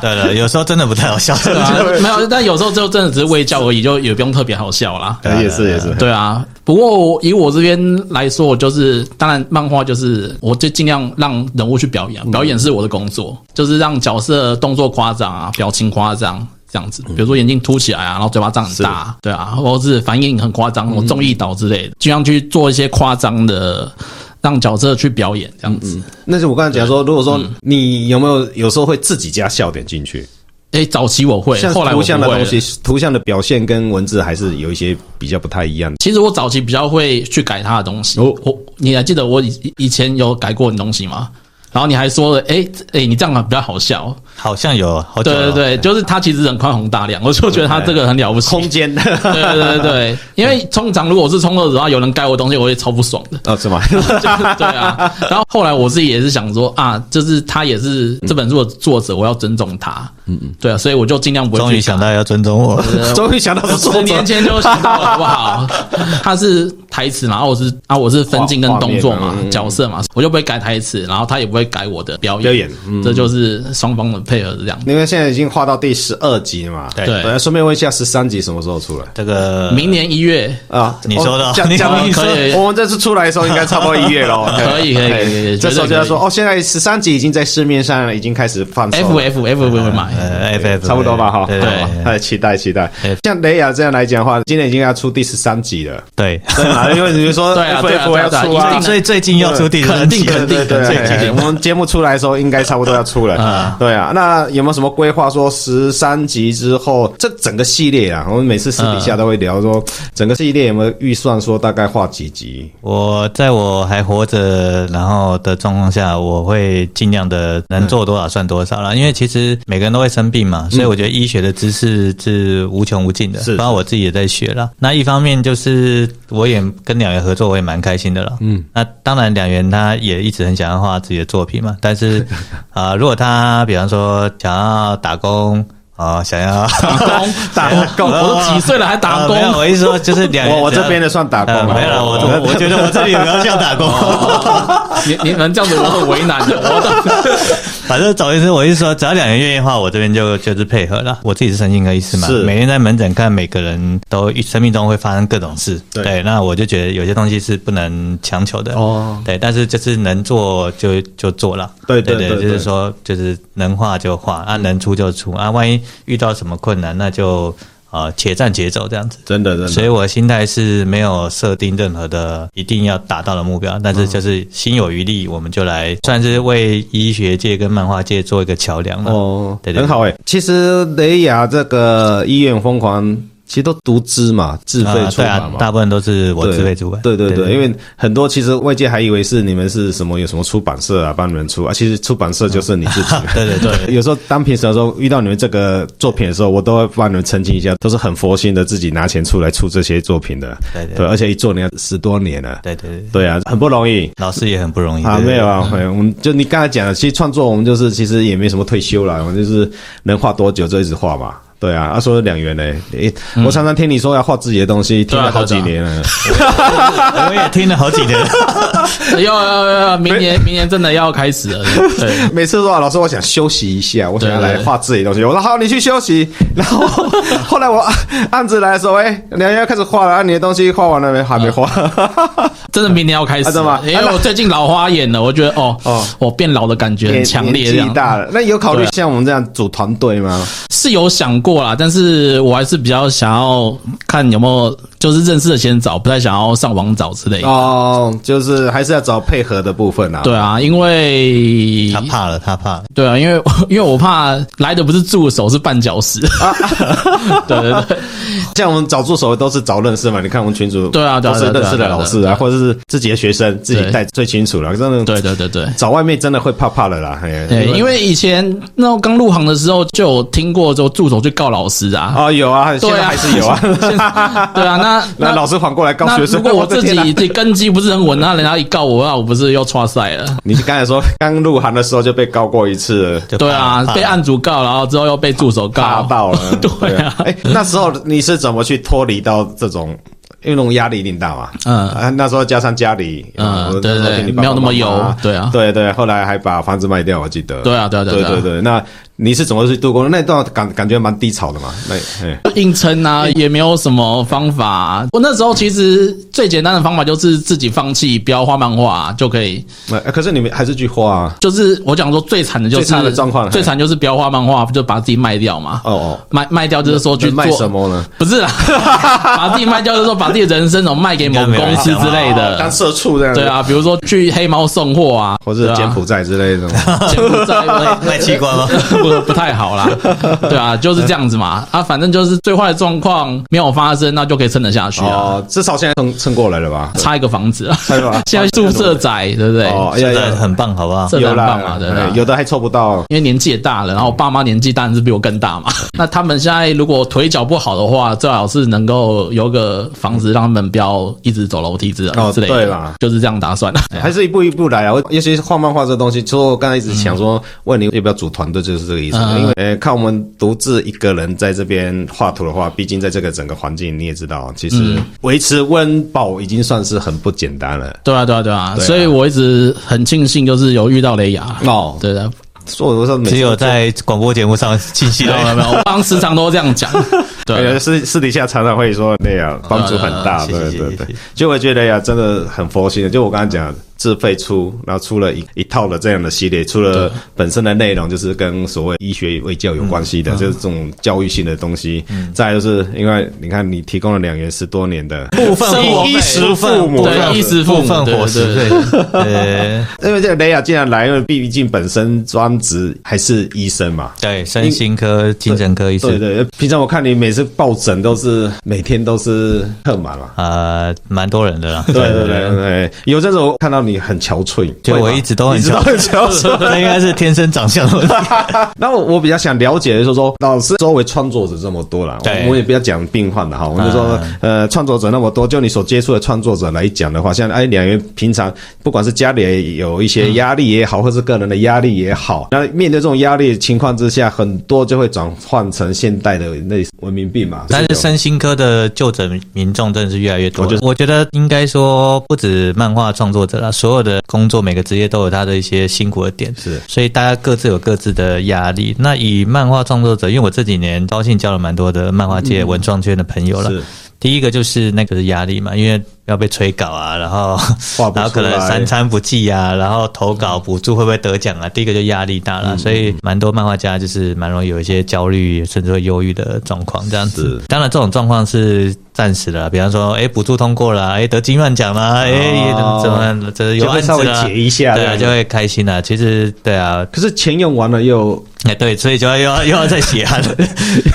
S3: 对了，有时候真的不太好笑。
S4: 对啊，没有，但有时候就真的只是微笑而已，就也不用特别好笑啦。
S1: 呃也是也是，
S4: 对啊，不过以我这边来说，我就是当然漫画就是我就尽量让人物去表
S1: 嗯
S4: 演啊，表演是我的工作，就是让角色动作夸张啊，表情夸张。这样
S1: 嗯
S4: 子，比如说眼睛凸起来啊，然后嘴巴张很大啊，对啊，或者是反应很夸
S1: 嗯
S4: 张，我综艺岛之类的，尽量去做一些夸张的，让角色去表演
S1: 嗯
S4: 这样子。嗯
S1: 那就我刚才讲说，如果说你有没有有时候会自己加笑点进去？
S4: 哎，早期我会，
S1: 像
S4: 后来我
S1: 图像的
S4: 不会
S1: 东
S4: 了
S1: 西，图像的表现跟文字还是有一些比较不太一样的。
S4: 其实我早期比较会去改他的东西。
S1: 哦
S4: 我你还记得我以以前有改过你东西吗？然后你还说了，哎、哎、你这样比较好笑。
S3: 好像有好久
S4: 对
S3: 了
S4: 对对，就是他其实很宽宏大量，我就觉得他这个很了不起。
S1: 空间
S4: 对对对对，因为通常如果我是冲突的话，有人盖我东西，我会超不爽的。
S1: 哦，是吗？
S4: 就是对啊，然后后来我自己也是想说啊，就是他也是这本书的作者，我要尊重他。嗯嗯，对啊，所以我就尽量不会
S3: 终于
S4: 去
S3: 想到要尊重我，
S1: 终于想到是作
S4: 十年
S1: 者，
S4: 前就想到了，好不好？他是台词，然后我是啊，我是分镜跟动作
S1: 画
S4: 嘛
S1: 画面嘛，嗯
S4: 角色嘛，我就不会改台词，然后他也不会改我的表演，
S1: 表演嗯
S4: 这就是双方的配合这样。
S1: 因为现在已经画到第十二集了嘛。
S3: 对
S1: 呃，顺便问一下，十三集什么时候出来？
S3: 这个
S4: 明年一月
S1: 啊，
S3: 你说的
S1: 哦讲
S3: 你
S1: 讲
S4: 你说可以
S1: 我们这次出来的时候应该差不多一月 咯。
S4: 可以可以可以可以
S1: 这时候就
S4: 绝对
S1: 在
S4: 可以
S1: 说哦，现在十三集已经在市面上了已经开始放售了
S4: F F F 会买，
S3: 呃 F F
S1: 差不多吧哈。
S3: 对
S1: 好
S3: 对
S1: 哎，期待期待
S3: 对。
S1: 像雷亚这样来讲的话，今年已经要出第十三集了，
S3: 对
S1: 对嘛？因为你们说
S4: 对啊
S1: F
S4: 对啊
S1: F 要
S4: 对啊
S1: 出
S4: 一定
S1: 啊
S4: 的，
S3: 所以最近要出第三集
S4: 肯定肯定
S1: 对对
S4: 肯定
S1: 对，我们节目出来的时候应该差不多要出了
S4: 啊。
S1: 对啊，那有没有什么规划？说十三集之后，这整个系列啊，我们每次私底
S3: 嗯
S1: 下都会聊说，整个系列有没有预算说大概画几集？
S3: 我在我还活着，然后的状况下，我会尽量的能做多少算多少啦。因为其实每个人都会生病嘛，所以我觉得医学的知识是无穷无尽的，
S1: 嗯是
S3: 包括我自己也在学啦。那一方面就是我也跟两元合作，我也蛮开心的啦。嗯，那当然两元他也一直很想要画自己的作品嘛，但 是啊、如果他比方说想要打工。啊、想要
S4: 打工打工，我都几岁了还打工
S3: 啊没？有我意思说就是两元
S1: 哦我我
S3: 只要
S1: 这边的算打工哦
S3: 呃
S1: 了
S3: 没有啦，我
S1: 哦
S3: 我我觉得我这里有没有像打工？
S4: 你你能这样子，我很为难的。我
S3: 反正总而言之，我是说，只要两人愿意的话，我这边就就是配合了。我自己是神经科医师嘛
S1: 是，
S3: 每天在门诊看每个人都一生命中会发生各种事，
S1: 对
S3: 那我就觉得有些东西是不能强求的，
S1: 哦，
S3: 对，但是就是能做就就做了，
S1: 对对
S3: 对
S1: 对对
S3: 就是说就是能画就画，啊能出就出，啊万一遇到什么困难，那就呃且战且走这样子。
S1: 真的真
S3: 所以我的心态是没有设定任何的一定要达到的目标，但是就是心有余力，我们就来算是为医学界跟漫画界做一个桥梁了。
S1: 哦，
S3: 对对
S1: 很好哎、其实雷亚这个医院疯狂。其实都独资嘛，自费
S3: 啊
S1: 出
S3: 对
S1: 版
S3: 啊
S1: 嘛，，
S3: 大部分都是我
S1: 对
S3: 自费出版。
S1: 对对对，因为很多其实外界还以为是你们是什么有什么出版社啊帮你们出啊，其实出版社就是你自己。
S3: 对对对，
S1: 有时候当评审的时候遇到你们这个作品的时候，我都会帮你们澄清一下，都是很佛心的自己拿钱出来出这些作品的。
S3: 对对
S1: 对，而且一做你要十多年了。
S3: 对对对，
S1: 对啊，很不容易。
S3: 老师也很不容易
S1: 啊，
S3: 对
S1: 没有啊，没有我们就你刚才讲的，其实创作我们就是其实也没什么退休了，我们就是能画多久就一直画嘛。对啊，啊说两元嘞，诶，我常常听你说要画自己的东西，听
S4: 啊
S1: 了好几
S4: 对啊
S1: 年了。啊
S3: 我也听了好几年，
S4: 都要要要要，明年明年真的要开始了。对。
S1: 每次说老师，我想休息一下，我想要
S4: 对
S1: 来
S4: 对
S1: 画自己的东西。我说好，你去休息。 然后后来我 案案子来的时候，哎，梁要开始画了，啊，你的东西画完了没？还没画。
S4: 啊真的明年要开始
S1: 啊真的吗
S4: 了，因为我最近老花眼了，我觉得哦
S1: 哦
S4: 我变老的感觉很强烈，这
S1: 年纪
S4: 样
S1: 大了，那有考虑
S4: 对啊
S1: 像我们这样组团队吗？
S4: 是有想过啦，但是我还是比较想要看有没有就是认识的先找，不太想要上网找之类的。
S1: 哦，就是还是要找配合的部分啊。
S4: 对啊，因为
S3: 他怕了，他怕了。
S4: 对啊，因为因为我怕来的不是助手，是绊 脚石。对对对，
S1: 像我们找助手都是找认识嘛，你看我们群主
S4: 对啊对啊
S1: 都是
S4: 对啊
S1: 认识
S4: 对
S1: 的
S4: 啊
S1: 老
S4: 对啊
S1: 师
S4: 对
S1: 啊，
S4: 啊
S1: 或者是自己的学生自己
S4: 对
S1: 带最清楚了。真的，
S4: 对对 对对。
S1: 找外面真的会怕怕的啦。哎
S4: 对，因为以前那我刚入行的时候就有听过，就助手去告老师啊。
S1: 啊有啊，现
S4: 对
S1: 在
S4: 啊，
S1: 还是有
S4: 现在
S1: 啊。
S4: 对啊，那
S1: 那老师反过来告
S4: 那
S1: 学生，
S4: 如果我
S1: 的
S4: 自 己
S1: 天哪
S4: 自己根基不是很稳，那人家一告我，那我不是又错赛 了？
S1: 你刚才说刚入行的时候就被告过一次了，
S3: 就怕
S4: 对
S3: 了
S4: 啊
S3: 怕，了
S4: 被案主告，然后之后又被助手
S1: 怕
S4: 告，
S1: 到了。
S4: 对啊
S1: 哎，那时候你是怎么去脱离到这种？因为那种压力一定大嘛，
S4: 嗯
S1: 啊，那时候加上家里，呃
S4: 嗯
S1: 我
S4: 对
S1: 我
S4: 对
S1: 听你爸爸
S4: 没有那么
S1: 妈妈
S4: 油对啊
S1: 对对，后来还把房子卖掉，我记得，
S4: 对啊对啊对啊
S1: 对
S4: 对啊
S1: 对，那你是怎么去度过的那段感感觉蛮低潮的嘛？那哎
S4: 就硬撑啊，也没有什么方法、我那时候其实最简单的方法就是自己放弃，不要画漫画、就可以。
S1: 那呃可是你们还是去花啊，
S4: 就是我讲说最惨的就是
S1: 最惨的状况
S4: 最惨就是不要画漫画，就把自己卖掉嘛。
S1: 哦哦，
S4: 卖卖掉就是说去
S1: 能卖
S4: 做
S1: 什么呢？
S4: 不 是啦，把自己卖掉就是说把自己的人生哦卖给
S3: 应
S4: 某
S3: 该没有人
S4: 公司之类
S1: 哦当
S4: 的。
S1: 社畜这样，
S4: 呃对，啊，比如说去黑猫送货啊，
S1: 或是
S4: 对啊
S1: 柬埔寨之类的，
S4: 柬埔寨
S3: 卖器官吗？
S4: 不的不太好啦，对啊，就是这样子嘛。啊，反正就是最坏的状况没有发生，那就可以撑得下去啊。
S1: 哦，至少现在撑撑过来了吧？
S4: 差一个房子啊，
S1: 差不多吧
S4: 现在宿舍宅，对不对？
S1: 哦，
S3: 现
S1: 要
S3: 在
S1: 要
S3: 很棒，好不好？
S4: 这
S1: 有
S4: 很
S1: 啦
S4: 棒嘛，对啊
S1: 哎有的还凑不到。
S4: 因为年纪也大了，然后我爸妈年纪当然是比我更大嘛。 那他们现在如果腿脚不好的话，最好是能够有个房子让他们不要一直走楼梯之
S1: 哦
S4: 之类的，
S1: 对啦啊
S4: 就是这样打算。
S1: 还是一步一步来啊！我尤其是画漫画这东西，其实我刚才一直想说，问你要不要组团队，就是这个意思。
S4: 嗯
S1: 因为呃，看我们独自一个人在这边画图的话，毕竟在这个整个环境，你也知道，其实
S4: 嗯
S1: 维持温饱已经算是很不简单了。
S4: 对啊，对啊，对啊，
S1: 对啊
S4: 所以我一直很庆幸，就是有遇到雷亚。
S1: 哦，
S4: 对 的，
S1: 所以我说每次
S3: 只有在广播节目上清晰
S4: 没有没有
S3: 的。
S4: 没有，我刚时常都 这样讲。对
S1: 呃，私私底下常常会说那样帮助很大，
S3: 啊
S1: 对
S3: 谢谢
S1: 对
S3: 谢谢
S1: 对。就我觉得呀，真的很佛心的。就我刚刚讲，自费出，然后出了一一套的这样的系列，除了本身的内容就是跟所谓医学卫教有关系
S3: 嗯
S1: 的，就是这种教育性的东西。再来就是因为你看，你提供了两元十多年的
S3: 部分
S4: 生活
S3: 活
S4: 费
S1: 衣食父母，
S4: 对
S1: 这样子
S4: 衣食父母
S3: 部分
S4: 对
S3: 伙食
S4: 对
S3: 费，呃，
S1: 因为这个雷亚既然来，因为毕竟本身专职还是医生嘛，
S3: 对，身心科、精神科医
S1: 对
S3: 师，
S1: 对。平常我看你每次抱诊都是每天都是特满嘛。
S3: 呃，蛮多人的啦。
S1: 对对对对对，有阵子我看到你很憔悴，
S3: 就我一直都很
S1: 你知道
S3: 憔
S1: 很憔悴。
S3: 那应该是天生长相的问题。
S1: 那我我比较想了解的就是说，老师周围创作者这么多啦，
S3: 对嗯
S1: 我们也不要讲病患了哈，我们就说呃创作者那么多，就你所接触的创作者来讲的话，像哎两元平常不管是家里有一些压力也好，或是个人的压力也好，
S3: 嗯
S1: 那面对这种压力的情况之下，很多就会转换成现代的那文明病嘛。
S3: 但
S1: 这
S3: 是
S1: 种
S3: 身心科的就诊民众真的是越来越多
S1: 我觉
S3: 了。我觉得应该说，不止漫画创作者啦，所有的工作每个职业都有他的一些辛苦的点，
S1: 是
S3: 所以大家各自有各自的压力。那以漫画创作者，因为我这几年高兴交了蛮多的漫画界、文创圈的朋友了
S1: 嗯是。
S3: 第一个就是那个压力嘛，因为要被催稿啊，然后
S1: 画不出来
S3: 然后可能三餐不继啊，然后投稿补助会不会得奖啊？第一个就压力大
S1: 嗯
S3: 了，所以蛮多漫画家就是蛮容易有一些焦虑，甚至会忧郁的状况这样子
S1: 是。
S3: 当然，这种状况是暂时的啦，比方说，哎，补助通过了啊，哎，得金漫奖啦，哎，也怎么怎么，这
S1: 哦
S3: 有
S1: 就会
S3: 案
S1: 稍微
S3: 子啦，
S1: 解一下
S3: 对
S1: 这
S3: 啊，
S1: 样子
S3: 就会开心啦。其实，对啊，
S1: 可是钱用完了又
S3: 哎，对，所以就要又要又要再写案 了。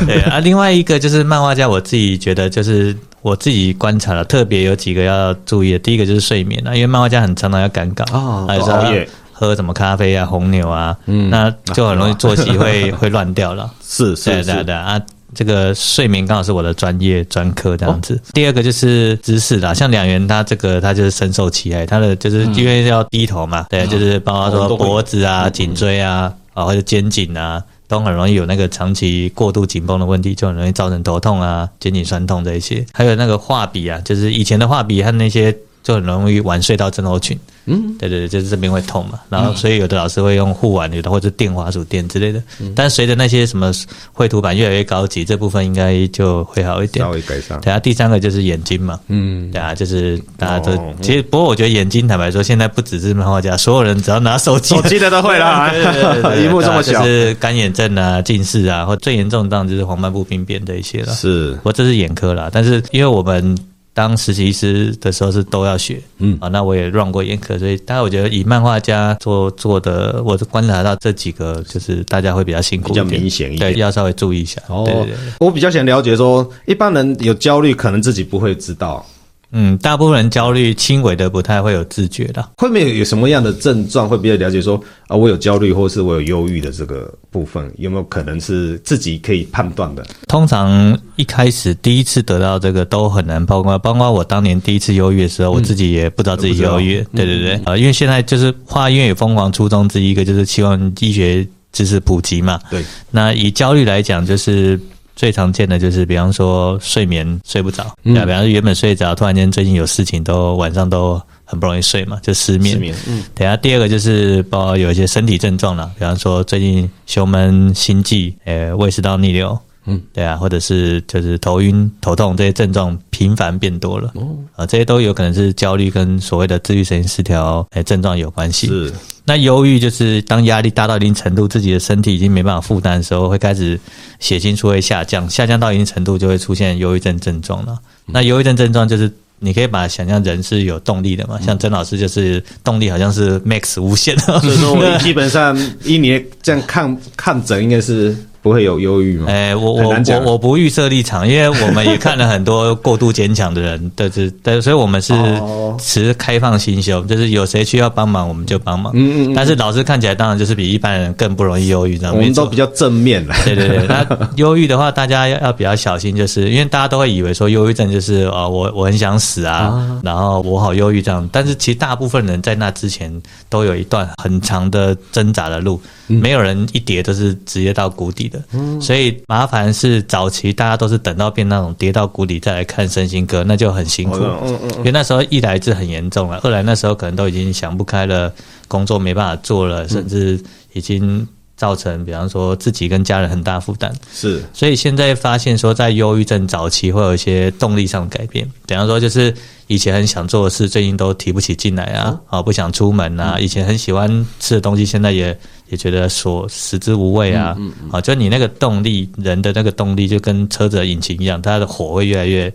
S3: 对啊，另外一个就是漫画家，我自己觉得就是我自己观察了，特别有几个要注意的。第一个就是睡眠啊，因为漫画家很常常要赶稿
S1: 哦
S3: 还有
S1: 都
S3: 时候
S1: 熬
S3: 要
S1: 夜
S3: 喝什么咖啡啊、红牛啊，
S1: 嗯
S3: 那就很容易作息 会会乱掉了。
S1: 是
S3: 对
S1: 是
S3: 对
S1: 是
S3: 对啊。这个睡眠刚好是我的专业专科这样子。
S1: 哦
S3: 第二个就是姿势啦，像两元他这个他就是深受其害，他的就是因为要低头嘛，对，就是包括
S1: 哦
S3: 说
S1: 都会
S3: 脖子啊、颈椎啊，啊或者肩颈啊，都很容易有那个长期过度紧绷的问题，就很容易造成头痛啊、肩颈酸痛这一些。还有那个画笔啊，就是以前的画笔和那些就很容易晚睡到症候群。嗯，对对对，就是这边会痛嘛，然后所以有的老师会用护腕，有的或者电滑鼠垫之类的。但随着那些什么绘图板越来越高级，这部分应该就会好一点
S1: 稍。微改善。
S3: 对啊，第三个就是眼睛嘛，
S1: 嗯，
S3: 对啊，就是大家都、
S1: 哦
S3: 其实，不过我觉得眼睛，坦白说，现在不只是漫画家，所有人只要拿手机，
S1: 手机的都会啦
S3: 对对对对 对
S1: 荧幕这么小
S3: 就是干眼症啊、近视啊，或最严重当然就是黄斑部病变这一些了。
S1: 是
S3: 不过这是眼科啦，但是因为我们当实习师的时候是都要学，
S1: 嗯
S3: 啊，那我也 run 过眼科，所以大家我觉得以漫画家做做的，我观察到这几个就是大家会比较辛苦一点，
S1: 比较明显一点
S3: 对，要稍微注意一下。
S1: 哦
S3: 对对对。
S1: 我比较想了解说，一般人有焦虑，可能自己不会知道，
S3: 嗯，大部分人焦虑轻微的不太会有自觉的。
S1: 会不会有什么样的症状会比较了解说啊，我有焦虑，或是我有忧郁的这个部分，有没有可能是自己可以判断的？
S3: 通常一开始第一次得到这个都很难，包括包括我当年第一次忧郁的
S1: 嗯
S3: 时候，我自己也不知道自己忧郁，对对对，呃，因为现在就是画音乐疯狂初衷之一个就是希望医学知识普及嘛，
S1: 对，
S3: 那以焦虑来讲，就是最常见的就是，比方说睡眠睡不着，对、啊，比方说原本睡着，突然间最近有事情都晚上都很不容易睡嘛，就失眠。
S1: 失眠
S3: 嗯。等下第二个就是包括有一些身体症状啦，比方说最近胸闷、心悸、呃胃食道逆流。嗯，对啊，或者是就是头晕、头痛这些症状频繁变多了，哦、呃，这些都有可能是焦虑跟所谓的自律神经失调诶、呃症状有关系。
S1: 是
S3: 那忧郁就是当压力大到一定程度，自己的身体已经没办法负担的时候，会开始
S1: 嗯
S3: 血清素会下降，下降到一定程度就会出现忧郁症症状了。那忧郁症症状就是你可以把它想象人是有动力的嘛，像曾老师就是动力好像是 max 无限的，
S1: 所以 说我基本上一年这样看看诊，应该是不会有忧郁嘛。
S3: 哎、我
S1: 嗯很
S3: 我
S1: 难讲
S3: 我我不预设立场，因为我们也看了很多过度坚强的人，对对对，所以我们是
S1: 哦
S3: 持开放心胸，就是有谁需要帮忙我们就帮忙。
S1: 嗯嗯嗯
S3: 但是老师看起来当然就是比一般人更不容易忧郁，这样
S1: 我
S3: 没
S1: 们
S3: 错
S1: 都比较正面了。
S3: 对对对，那忧郁的话，大家要要比较小心，就是因为大家都会以为说忧郁症就是啊、呃我我很想死啊，然后我好忧郁这样。但是其实大部分人在那之前都有一段很长的挣扎的路，没有人一跌都是直接到谷底的。所以麻烦是早期大家都是等到变那种跌到谷底再来看身心科，那就很辛苦。
S1: 哦嗯嗯
S3: 因为那时候一来是很严重啊了，二来那时候可能都已经想不开了，工作没办法做了，甚至已经造成，比方说自己跟家人很大负担。
S1: 是
S3: 所以现在发现说，在忧郁症早期会有一些动力上的改变，比方说就是以前很想做的事，最近都提不起劲来啊，
S1: 哦
S3: 啊、不想出门
S1: 嗯
S3: 啊，以前很喜欢吃的东西，现在也也觉得所食之无味啊，啊、
S1: 嗯
S3: 就你那个动力，人的那个动力就跟车子的引擎一样，它的火会越来越、越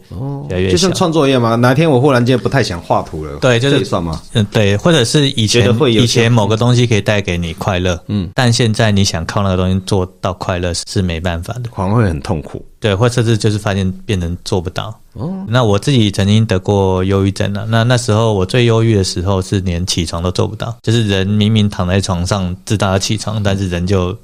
S3: 来越
S1: 哦就
S3: 小
S1: 像。创作一样嘛，哪天我忽然间不太想画图了，
S3: 对就是
S1: 这也算吗？
S3: 嗯，对，或者是以
S1: 觉
S3: 前
S1: 得会有嗯
S3: 以前某个东西可以带给你快乐，嗯，但现在你想靠那个东西做到快乐是没办法的，
S1: 反而会很痛苦。
S3: 对，或甚至就是发现变成做不到。哦，那我自己曾经得过忧郁症了、那那时候我最忧郁的时候是连起床都做不到，就是人明明躺在床上知道要起床，但是人就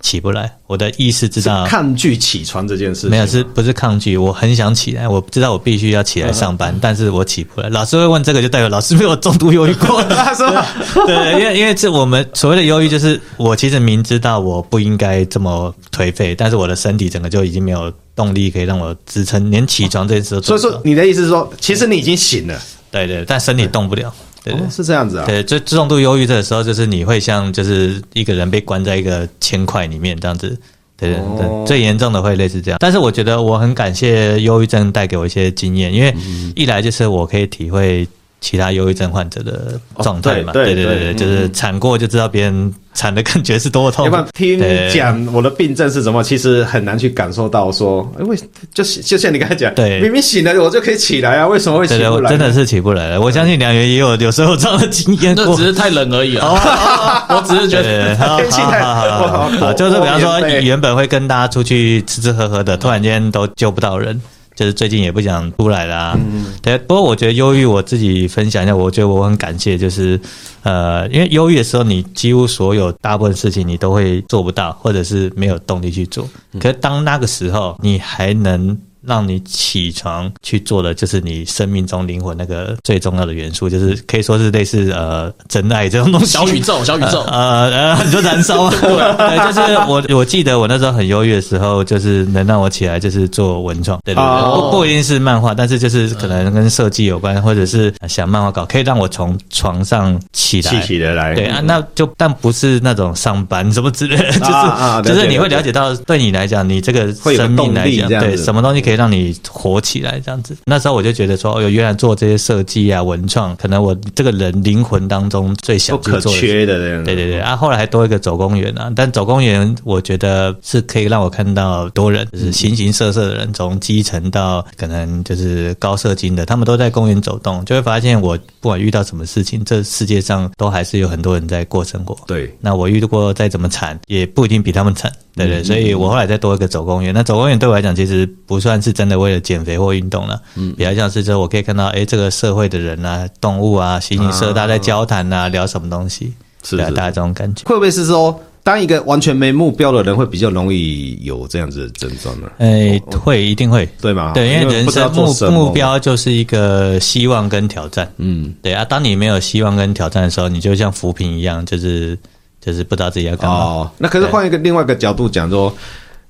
S3: 起不来。我的意识知
S1: 是
S3: 道
S1: 抗拒起床这件事情吗，
S3: 啊没 有，是不是抗拒？我很想起来，我知道我必须要起来上班，但是我起不来。老师会问这个，就代表老师被我重度忧郁过。
S1: 他说
S3: 对，因为因为这我们所谓的忧郁，就是我其实明知道我不应该这么颓废，但是我的身体整个就已经没有动力可以让我支撑，连起床这件事都
S1: 所
S3: 做
S1: 以
S3: 不到。
S1: 说你的意思是说，其实你已经醒了，
S3: 对对，但身体动不了。对对
S1: 哦是这样子啊？
S3: 对，就重度忧郁的时候，就是你会像就是一个人被关在一个铅块里面这样子。对对对，
S1: 哦
S3: 最严重的会类似这样。但是我觉得我很感谢忧郁症带给我一些经验，因为
S1: 嗯
S3: 一来就是我可以体会其他忧郁症患者的状态嘛，
S1: 哦对对
S3: 对对
S1: 对
S3: 对，就是惨过就知道别人惨的感觉是多痛
S1: 要不然。听
S3: 对
S1: 讲我的病症是什么，其实很难去感受到说，哎，为就是就像你刚才讲，
S3: 对
S1: 明明醒了我就可以起来啊，为什么会起
S3: 对对，
S1: 不
S3: 我
S1: 来？
S3: 真的，是起不来了。我相信梁元也有有时候有这样的经验
S4: 那
S3: 过
S4: 只。是太冷而已 啊。我只是觉
S3: 对
S4: 得
S3: 对，好
S1: 天气太
S3: 好好好好
S1: 我
S3: 好，
S1: 我
S3: 就是比方
S1: 我
S3: 说
S1: 免费
S3: 原本会跟大家出去吃吃喝喝的，突然间都救不到人，就是最近也不想出来啦、对，不过我觉得忧郁，我自己分享一下，我觉得我很感谢，就是呃，因为忧郁的时候，你几乎所有大部分事情你都会做不到，或者是没有动力去做。可是当那个时候，你还能。让你起床去做的，就是你生命中灵魂那个最重要的元素，就是可以说是类似呃真爱这种东西。
S4: 小宇宙，小宇 宙，
S3: 呃呃， 你说燃烧啊？对，就是我我记得我那时候很忧郁的时候，就是能让我起来就是做文创，对对对，
S1: 哦
S3: 不不一定是漫画，但是就是可能跟设计有关，或者是想漫画稿，可以让我从床上起来。
S1: 气起得来，嗯
S3: 对啊，那就但不是那种上班什么之类的，就是、
S1: 啊了解
S3: 就是你会了解到，对你来讲，你这个
S1: 会有
S3: 生命来
S1: 动力
S3: 讲，
S1: 这样子
S3: 对什么东西可以让你活起来这样子。那时候我就觉得说，哦，原来做这些设计啊、文创，可能我这个人灵魂当中最想
S1: 不
S3: 去
S1: 可
S3: 做的事
S1: 缺的这样子
S3: 对对对，啊，后来还多一个走公园啊，但走公园我觉得是可以让我看到多人，就是形形色色的人，从基层到可能就是高社经的，他们都在公园走动，就会发现我不管遇到什么事情，这世界上都还是有很多人在过生活。
S1: 对
S3: 那我遇到过再怎么惨，也不一定比他们惨，对
S1: 嗯
S3: 不对？所以我后来再多一个走公园。那走公园对我来讲，其实不算是真的为了减肥或运动了，
S1: 嗯
S3: 比较像是说我可以看到，哎，这个社会的人啊、动物啊、形形色色，大家在交谈啊，聊什么东西，
S1: 是
S3: 对啊
S1: 是
S3: 大家这种感觉。
S1: 会不会是说，当一个完全没目标的人，会比较容易有这样子的症状呢？
S3: 哎，会一定会，
S1: 哦对吗？
S3: 对，因为人
S1: 不知道
S3: 生
S1: 做
S3: 目
S1: 什么
S3: 目标就是一个希望跟挑战，嗯，对啊。当你没有希望跟挑战的时候，你就像浮萍一样，就是就是不知道自己要干嘛。
S1: 哦，那可是换一个另外一个角度讲说，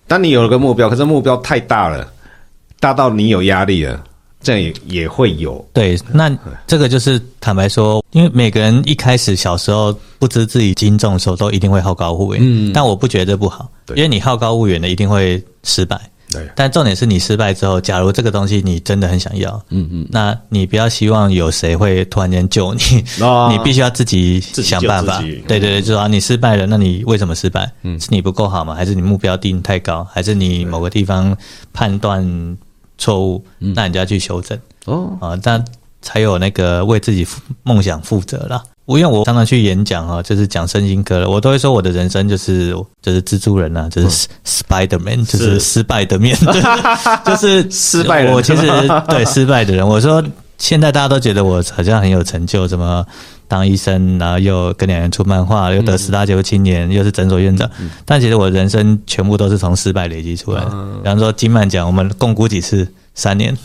S1: 当你有了个目标，可是目标太大了，大到你有压力了，这样也也会有
S3: 嗯对，那这个就是坦白说，因为每个人一开始小时候不知自己斤重的时候，都一定会好高骛远。嗯，但我不觉得这不好，
S1: 对
S3: 因为你好高骛远的一定会失败。
S1: 对
S3: 但重点是你失败之后，假如这个东西你真的很想要，嗯嗯，那你不要希望有谁会突然间救你，
S1: 哦
S3: 你必须要自己
S1: 己
S3: 想办法。
S1: 救自己
S3: 对对对，就是说、啊、你失败了，那你为什么失败？嗯，是你不够好吗？还是你目标定太高？还是你某个地方判断错误？那你就要去修正。
S1: 嗯哦，
S3: 啊，那才有那个为自己负梦想负责啦。因为我常常去演讲啊，就是讲身心科了，我都会说我的人生就是就是蜘蛛人啊，就是 Spider Man，就
S1: 嗯
S3: 是
S1: 是
S3: 失败的 面，就是
S1: 失败人
S3: 我其实对失败的人，我说现在大家都觉得我好像很有成就，什么当医生，然后又跟两人出漫画，又得十大杰出青年，又是诊所院长，
S4: 嗯
S3: 但其实我人生全部都是从失败累积出来的。比方说金曼奖，我们共估几次？三年，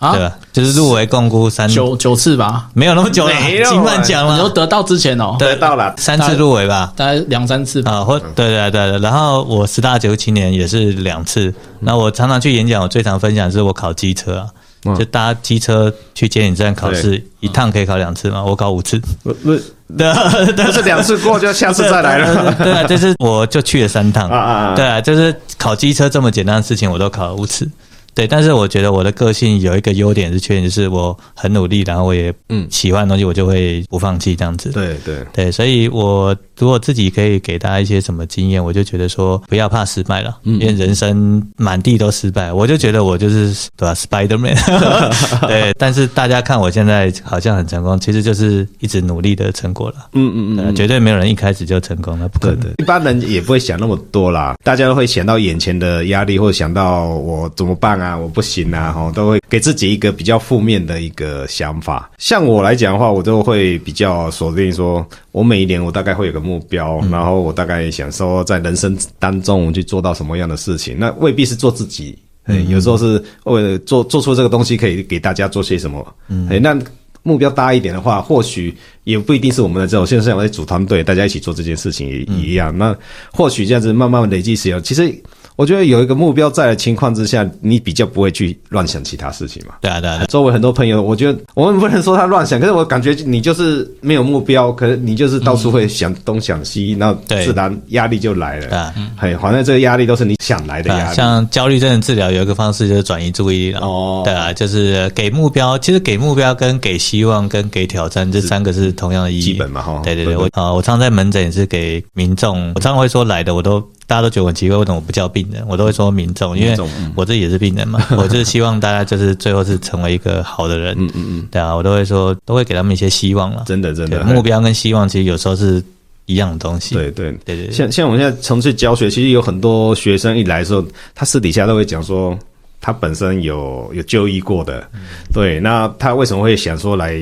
S4: 啊
S3: 对，吧？就是入围共估三
S4: 九九次吧，
S3: 没有那么久了
S1: 没，有
S3: 金曼奖
S4: 你都
S3: 了，
S4: 得到之前哦，
S1: 得到了，
S3: 三次入围吧。
S4: 大概两三次吧。
S3: 啊，或对对对对，然后我十大九七年也是两
S4: 嗯
S3: 次。那我常常去演讲，我最常分享的是我考机车啊，
S4: 嗯
S3: 就搭机车去监理站考试，一趟可以考两次嘛，我考五次。
S1: 不不
S3: 对啊， 对
S1: 不是两次过就下次再来了。
S3: 啊对啊，就是我就去了三趟
S1: 啊啊啊
S3: 对啊，就是考机车这么简单的事情，我都考了五次。对，但是我觉得我的个性有一个优点是缺点，就是我很努力，然后我也
S1: 嗯
S3: 喜欢的东西，我就会不放弃这样子。
S1: 对对，
S3: 对，所以我如果自己可以给大家一些什么经验，我就觉得说不要怕失败了，
S1: 嗯
S3: 因为人生满地都失败，我就觉得我就是对吧、s p i d e r Man。对，但是大家看我现在好像很成功，其实就是一直努力的成果了。
S1: 嗯嗯嗯
S3: 对啊，绝对没有人一开始就成功了，不可
S1: 对
S3: 能。
S1: 对，一般人也不会想那么多啦，大家都会想到眼前的压力，或者想到我怎么办啊，我不行啊，吼，都会给自己一个比较负面的一个想法。像我来讲的话，我都会比较锁定说，我每一年我大概会有个目标，然后我大概想说，在人生当中我去做到什么样的事情，那未必是做自己。哎，有时候是为了做做出这个东西，可以给大家做些什么。
S3: 嗯
S1: 哎，那目标大一点的话，或许也不一定是我们的这种，现在我在组团队，大家一起做这件事情也
S3: 嗯
S1: 一样。那或许这样子慢慢累积使用，其实我觉得有一个目标在的情况之下，你比较不会去乱想其他事情嘛。
S3: 对啊，对啊，对啊
S1: 周围很多朋友，我觉得我们不能说他乱想，可是我感觉你就是没有目标，可是你就是到处会想东想西，那
S3: 嗯对
S1: 自然压力就来
S3: 对
S1: 了。
S3: 啊。
S1: 嘿，反正这个压力都是你想来的
S3: 对
S1: 压
S3: 啊，
S1: 力。
S3: 像焦虑症的治疗有一个方式就是转移注意力了。
S1: 哦
S3: 对啊，就是给目标，其实给目标跟给希望跟给挑战这三个是同样的意义。
S1: 基本嘛哈
S3: 对对
S1: 对
S3: 对，
S1: 对
S3: 我啊，我常常在门诊也是给民众，我常常会说来的，我都大家都觉得我很奇怪，为什么我不叫病人？我都会说民众，因为
S1: 民众嗯
S3: 我自己也是病 人嘛，我就是希望大家就是最后是成为一个好的人。嗯嗯嗯，对啊，我都会说，都会给他们一些希望了。
S1: 真的真的
S3: 对目标跟希望其实有时候是一样的东西。
S1: 对对
S3: 对对对
S1: 像像我们现在从事教学，其实有很多学生一来的时候，他私底下都会讲说，他本身有有就医过的，
S3: 嗯
S1: 对，那他为什么会想说来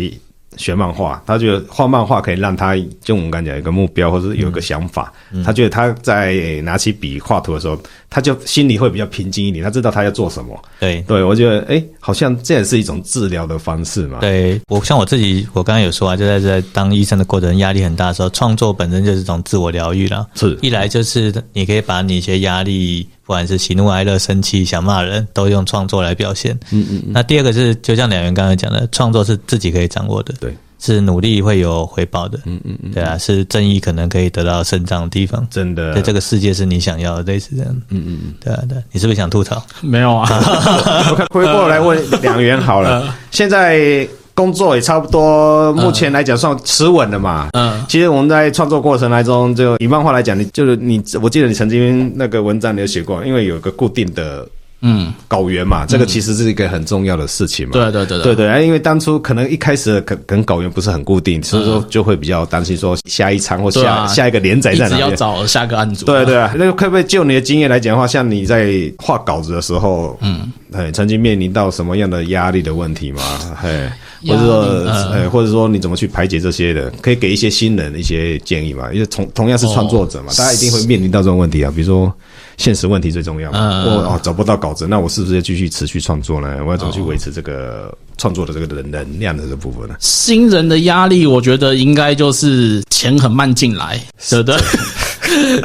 S1: 学漫画？他觉得画漫画可以让他，就我们刚才讲有一个目标，或者是有一个想法，
S3: 嗯
S1: 他觉得他在呃拿起笔画图的时候，他就心里会比较平静一点，他知道他要做什么。
S3: 对
S1: 对我觉得，哎，好像这也是一种治疗的方式嘛。
S3: 对我像我自己，我刚刚有说啊，就在在当医生的过程压力很大的时候，创作本身就是一种自我疗愈啦。
S1: 是
S3: 一来就是你可以把你一些压力，不管是喜怒哀乐、生气、想骂人，都用创作来表现。嗯嗯那第二个是，就像两元刚才讲的，创作是自己可以掌握的。
S1: 对。
S3: 是努力会有回报的，嗯嗯嗯，对啊，是正义可能可以得到伸张的地方，
S1: 真的
S3: 对这个世界是你想要的，类似这样，嗯嗯嗯，对啊对啊，你是不是想吐槽？
S4: 没有啊，
S1: 我看回过来问两元好
S4: 嗯
S1: 了，现在工作也差不多，目前来讲算持稳了嘛。
S4: 嗯，
S1: 其实我们在创作过程来中，就以漫画来讲，你就是你，我记得你曾经那个文章你有写过，因为有个固定的
S4: 嗯，
S1: 稿源嘛，这个其实是一个很重要的事情嘛。
S4: 对对对
S1: 对对，哎因为当初可能一开始的可可能稿源不是很固定，所以说就会比较担心说下一场或
S4: 嗯对
S1: 下、
S4: 啊
S1: 下一个连载
S4: 一
S1: 在哪
S4: 直
S1: 里
S4: 要。找下个案组。
S1: 对对啊，那可不可以就你的经验来讲的话，像你在画稿子的时候，嗯，哎，曾经面临到什么样的压力的问题吗？嘿，或者说，哎，或者说你怎么去排解这些的？可以给一些新人一些建议嘛？因为同同样是创作者嘛，大家一定会面临到这种问题啊，比如说。现实问题最重要嘛？我、哦、找不到稿子，那我是不是要继续持续创作呢？我要怎么去维持这个创作的这个能能量的这部分呢？
S4: 新人的压力，我觉得应该就是钱很慢进来，对不对？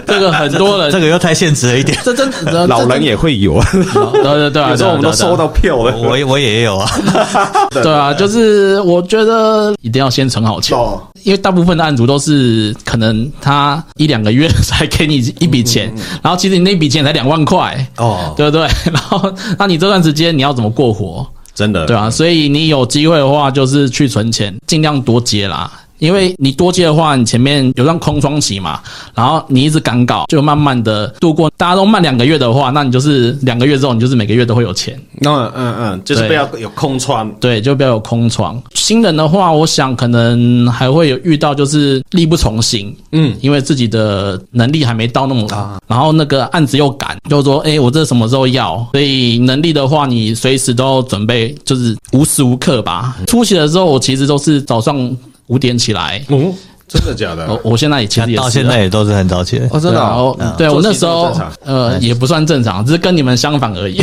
S4: 这个很多 人，
S3: 这个又太现实了一点，
S4: 这真的哦这
S1: 老人也会有啊，
S4: 对对对啊，
S1: 有时候我们都
S4: 对啊对啊
S1: 收到票了。
S3: 我我也有啊，
S4: 对啊，就是我觉得一定要先存好钱
S1: 哦，
S4: 因为大部分的案主都是可能他一两个月才给你一笔钱，然后其实你那笔钱才两万块，
S1: 嗯哦，
S4: 对不 对？然后那你这段时间你要怎么过活？
S1: 真的，
S4: 对啊，所以你有机会的话，就是去存钱，尽量多接啦。因为你多接的话，你前面有段空窗期嘛，然后你一直赶稿，就慢慢的度过。大家都慢两个月的话，那你就是两个月之后，你就是每个月都会有钱。
S1: 那嗯嗯，就是不要有空窗。
S4: 对，就比较有空窗。新人的话，我想可能还会有遇到就是力不从心，
S1: 嗯，啊
S4: 因为自己的能力还没到那么高，然后那个案子又赶，就是说，哎、我这什么时候要？所以能力的话，你随时都要准备，就是无时无刻吧。
S1: 嗯
S4: 出席的时候，我其实都是早上五点起来，
S1: 哦，真的假的？
S4: 我我现在也其实也是啊
S3: 到现在也都是很早起的。
S1: 哦，真的哦。
S4: 对啊我对我那时
S1: 作息这么正
S4: 候
S1: 常嗯
S4: 呃也不算正常，只是跟你们相反而 已。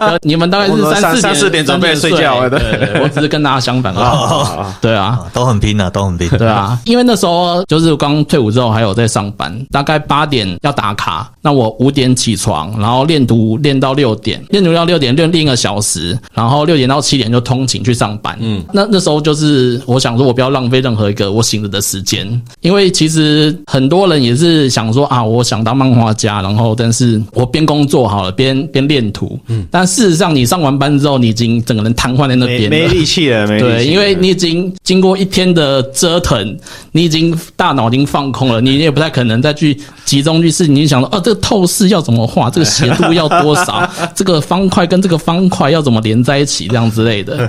S4: 呃你们大概是
S1: 我们
S4: 三
S1: 三
S4: 四
S1: 四点准备
S4: 三点
S1: 睡觉了
S4: 对
S1: 对
S4: 对对我只是跟大家相 反而已。
S1: 哦，
S4: 对啊，
S3: 啊都很拼啊，都很拼。
S4: 对啊，因为那时候就是刚退伍之后还有在上班，大概八点要打卡，那我五点起床，然后练读练到六点，练读到六点练练一个小时，然后六点到七点就通勤去上班。嗯，那那时候就是我想说，我不要浪费任何一个我醒着的时间，因为其实很多人也是想说啊，我想当漫画家，然后但是我边工作好了，边边练图。嗯，但事实上你上完班之后，你已经整个人瘫痪在那
S1: 没
S4: 边
S1: 没
S4: 了。
S1: 力气了，没力气了。
S4: 对，因为你已经经过一天的折腾，你已经大脑已经放空了，你也不太可能再去集中去事情。你想说，哦，这个透视要怎么画，这个斜度要多少，这个方块跟这个方块要怎么连在一起，这样之类的。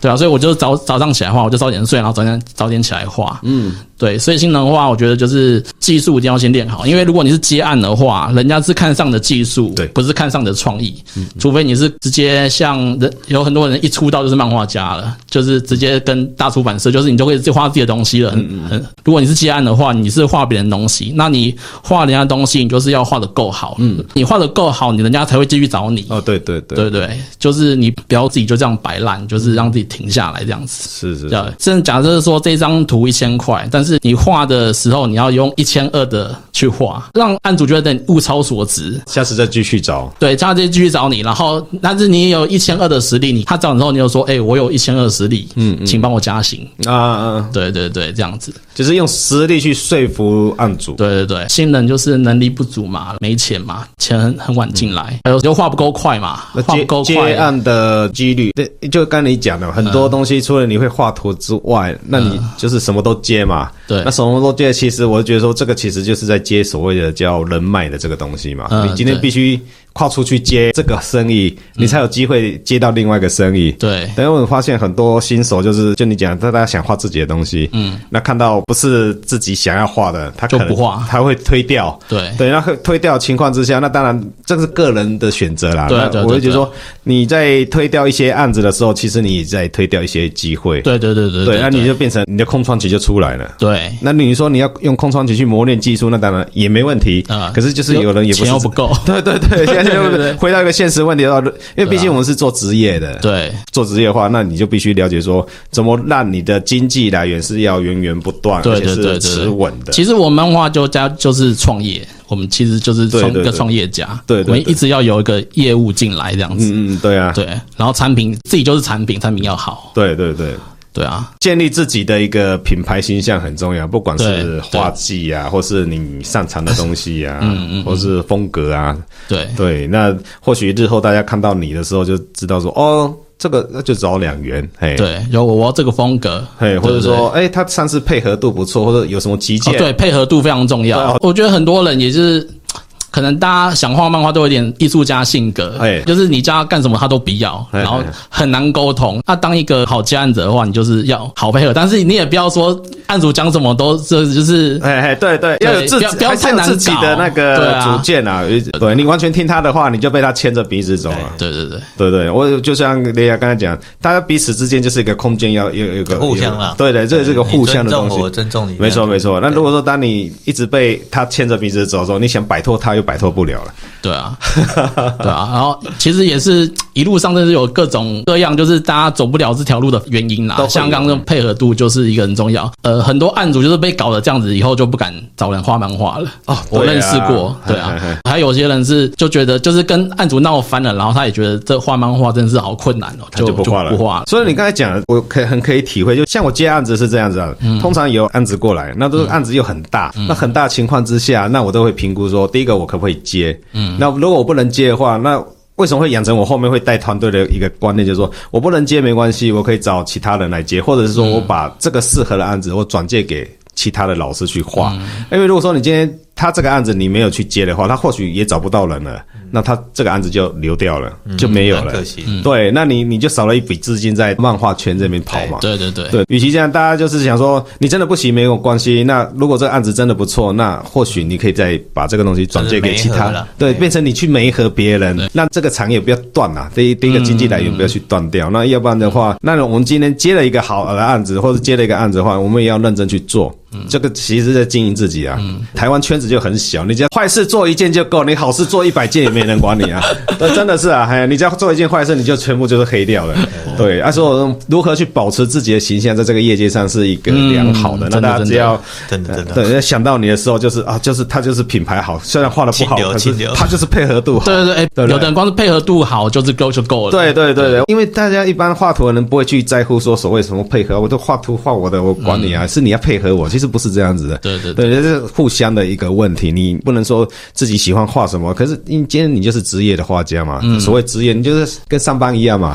S4: 对啊，所以我就早早上起来画，我就早点睡，然后早点早点起来画。嗯，对，所以新人的话，我觉得就是技术一定要先练好，因为如果你是接案的话，人家是看上你的技术，
S1: 对
S4: 不是看上你的创意。除非你是直接像人有很多人一出道就是漫画家了，就是直接跟大出版社，就是你就会自己画自己的东西了。很很，如果你是接案的话，你是画别人的东西，那你画人家的东西，你就是要画的够好。嗯，你画的够好，你人家才会继续找你。
S1: 哦，对对对，
S4: 对对，就是你不要自己就这样摆烂，就是让自己停下来这样子。
S1: 是是
S4: 对，甚至假设说这张图一千块，但是你画的时候你要用一千二的去画，让案主觉得你物超所值。
S1: 下次再继续找。
S4: 对，他就继续找你，然后但是你有一千二的实力，你他找你之后，你又说，哎、我有一千二实力，嗯，请帮我加薪。
S1: 啊啊，啊
S4: 对对对，这样子，
S1: 就是用实力去说服案主。
S4: 对对对，新人就是能力不足嘛，没钱嘛，钱很很晚进来，还有就画不够快嘛，
S1: 嗯那
S4: 画不
S1: 接
S4: 够
S1: 接
S4: 快，嗯
S1: 案的几率，对，就刚你讲的，很多东西除了你会画图之外，那你就是什么都接嘛。
S4: 对
S1: 那什么都接，其实我就觉得说，这个其实就是在接所谓的叫人脉的这个东西嘛。
S4: 嗯
S1: 你今天
S4: 对嗯
S1: 必须跨出去接这个生意，你才有机会接到另外一个生意。
S4: 对
S1: 但我发现很多新手就是，就你讲，大家想画自己的东西，嗯，那看到不是自己想要画的，他可能
S4: 就不画
S1: 他会推掉，
S4: 对
S1: 对，那推掉的情况之下，那当然这是个人的选择啦。
S4: 对啊
S1: 那
S4: 对啊
S1: 我会觉得
S4: 对啊
S1: 说，你在推掉一些案子的时候，其实你也在推掉一些机会。
S4: 对对对对
S1: 对，那你就变成你的空窗期就出来了。
S4: 对。
S1: 那你说你要用空窗期去磨练技术，那当然也没问题
S4: 啊
S1: 可是就是有人也不
S4: 钱
S1: 是
S4: 又不够
S1: 对对对，现在
S4: 对对对
S1: 就回到一个现实问题的话，因为毕竟我们是做职业的，
S4: 对
S1: 做职业的话，那你就必须了解说，怎么让你的经济来源是要源源不断，
S4: 对对对
S1: 而
S4: 对，
S1: 且是持稳的。
S4: 其实我们漫画就家就是创业，我们其实就是
S1: 对
S4: 创
S1: 对
S4: 一个
S1: 对
S4: 创业家，
S1: 对对对
S4: 我们一直要有一个业务进来这样子，
S1: 嗯嗯，对啊，
S4: 对，然后产品自己就是产品，产品要好，
S1: 对对对。
S4: 对啊，
S1: 建立自己的一个品牌形象很重要，不管是
S4: 对嗯
S1: 画技啊，或是你擅长的东西 啊，或是风格啊，
S4: 对
S1: 对，那或许日后大家看到你的时候就知道说，哦，这个那就找两元，嘿，，
S4: 对，有我要这个风格，
S1: 嘿，或者
S4: 对对
S1: 说，哎，他上次配合度不错，或者有什么极
S4: 哦
S1: 限，，
S4: 对，配合度非常重
S1: 对
S4: 要
S1: 啊。
S4: 我觉得很多人也是，可能大家想画漫画都有点艺术家性格，
S1: 哎
S4: 就是你叫他干什么他都不要，
S1: 哎
S4: 然后
S1: 哎哎
S4: 很难沟通。那当一个好接案者的话，你就是要好配合，但是你也不要说案主讲什么都这就是。
S1: 哎哎，对对，
S4: 对
S1: 要有自己，
S4: 不要不要
S1: 还是有
S4: 太难
S1: 自己的
S4: 搞
S1: 那
S4: 对
S1: 个
S4: 啊
S1: 主见啊，对你完全听他的话，你就被他牵着鼻子走了。
S4: 对对对，
S1: 对对，我就像雷亚刚才讲，大家彼此之间就是一个空间要，有有有一个
S3: 互相啦
S1: 有对对，这是个互相的东
S3: 你尊重我
S1: 西。
S3: 我尊重你
S1: 没错没错。那
S3: 对
S1: 如果说当你一直被他牵着鼻子走的时候，你想摆脱他又摆脱不了了。
S4: 对啊， 对啊，然后其实也是一路上，真是有各种各样，就是大家走不了这条路的原因啦
S1: 都。会
S4: 像刚刚的配合度就是一个很重要，呃，很多案主就是被搞得这样子，以后就不敢找人画漫画了。哦，我
S1: 对啊
S4: 认识过，对啊
S1: 嘿嘿嘿，
S4: 还有些人是就觉得就是跟案主闹翻了，然后他也觉得这画漫画真是好困难哦，
S1: 他就不画了。
S4: 就不画了。
S1: 所以你刚才讲，我可以很可以体会，就像我接案子是这样子啊，通常有案子过来，那都是案子又很大，那很大情况之下，那我都会评估说，第一个我可不可以接？嗯，那如果我不能接的话，那。为什么会养成我后面会带团队的一个观念，就是说我不能接没关系，我可以找其他人来接，或者是说我把这个适合的案子我转借给其他的老师去画。因为如果说你今天他这个案子你没有去接的话，他或许也找不到人了，那他这个案子就流掉了，就没有了。
S3: 蛮可惜
S1: 对，那你你就少了一笔资金在漫画圈这边跑嘛。
S4: 哎对对对，
S1: 对，与其这样，大家就是想说，你真的不行没有关系。那如果这个案子真的不错，那或许你可以再把这个东西转借给其
S3: 就是媒
S1: 他
S3: 合了，
S1: 对，变成你去媒合别人，那这个产业不要断啦、
S3: 嗯
S1: 第一第一个经济来源不要去断掉。那要不然的话，那我们今天接了一个好的案子，或者接了一个案子的话，我们也要认真去做。
S3: 嗯
S1: 这个其实是在经营自己啊，台湾圈子就很小，你只要坏事做一件就够，你好事做一百件也没人管 你啊，对，真的是啊，哎，你只要做一件坏事，你就全部就是黑 掉了，对，啊，所以我如何去保持自己的形象，在这个业界上是一个良好的，那
S4: 嗯真
S1: 大
S4: 的
S1: 家
S4: 真的
S1: 只要
S3: 真的真的
S1: 对，要想到你的时候，就是啊，就是他就是品牌好，虽然画的不好，
S3: 清流
S1: 可是
S3: 清流
S1: 他就是配合度好，
S4: 对对
S1: 对
S4: 对，哎，
S1: 不
S4: 有的人光是配合度好就是够就够了。
S1: 对 对对
S4: 嗯
S1: 对，因为大家一般画图的人不会去在乎说所谓什么配合，我都画图画我的，我管你啊，是你要配合我，其实不是这样子的。
S4: 嗯对对对
S1: 对，这是互相的一个问题，你不能说自己喜欢画什么，可是你今天你就是职业的画家嘛，
S4: 嗯
S1: 所谓职业，你就是跟上班一样嘛，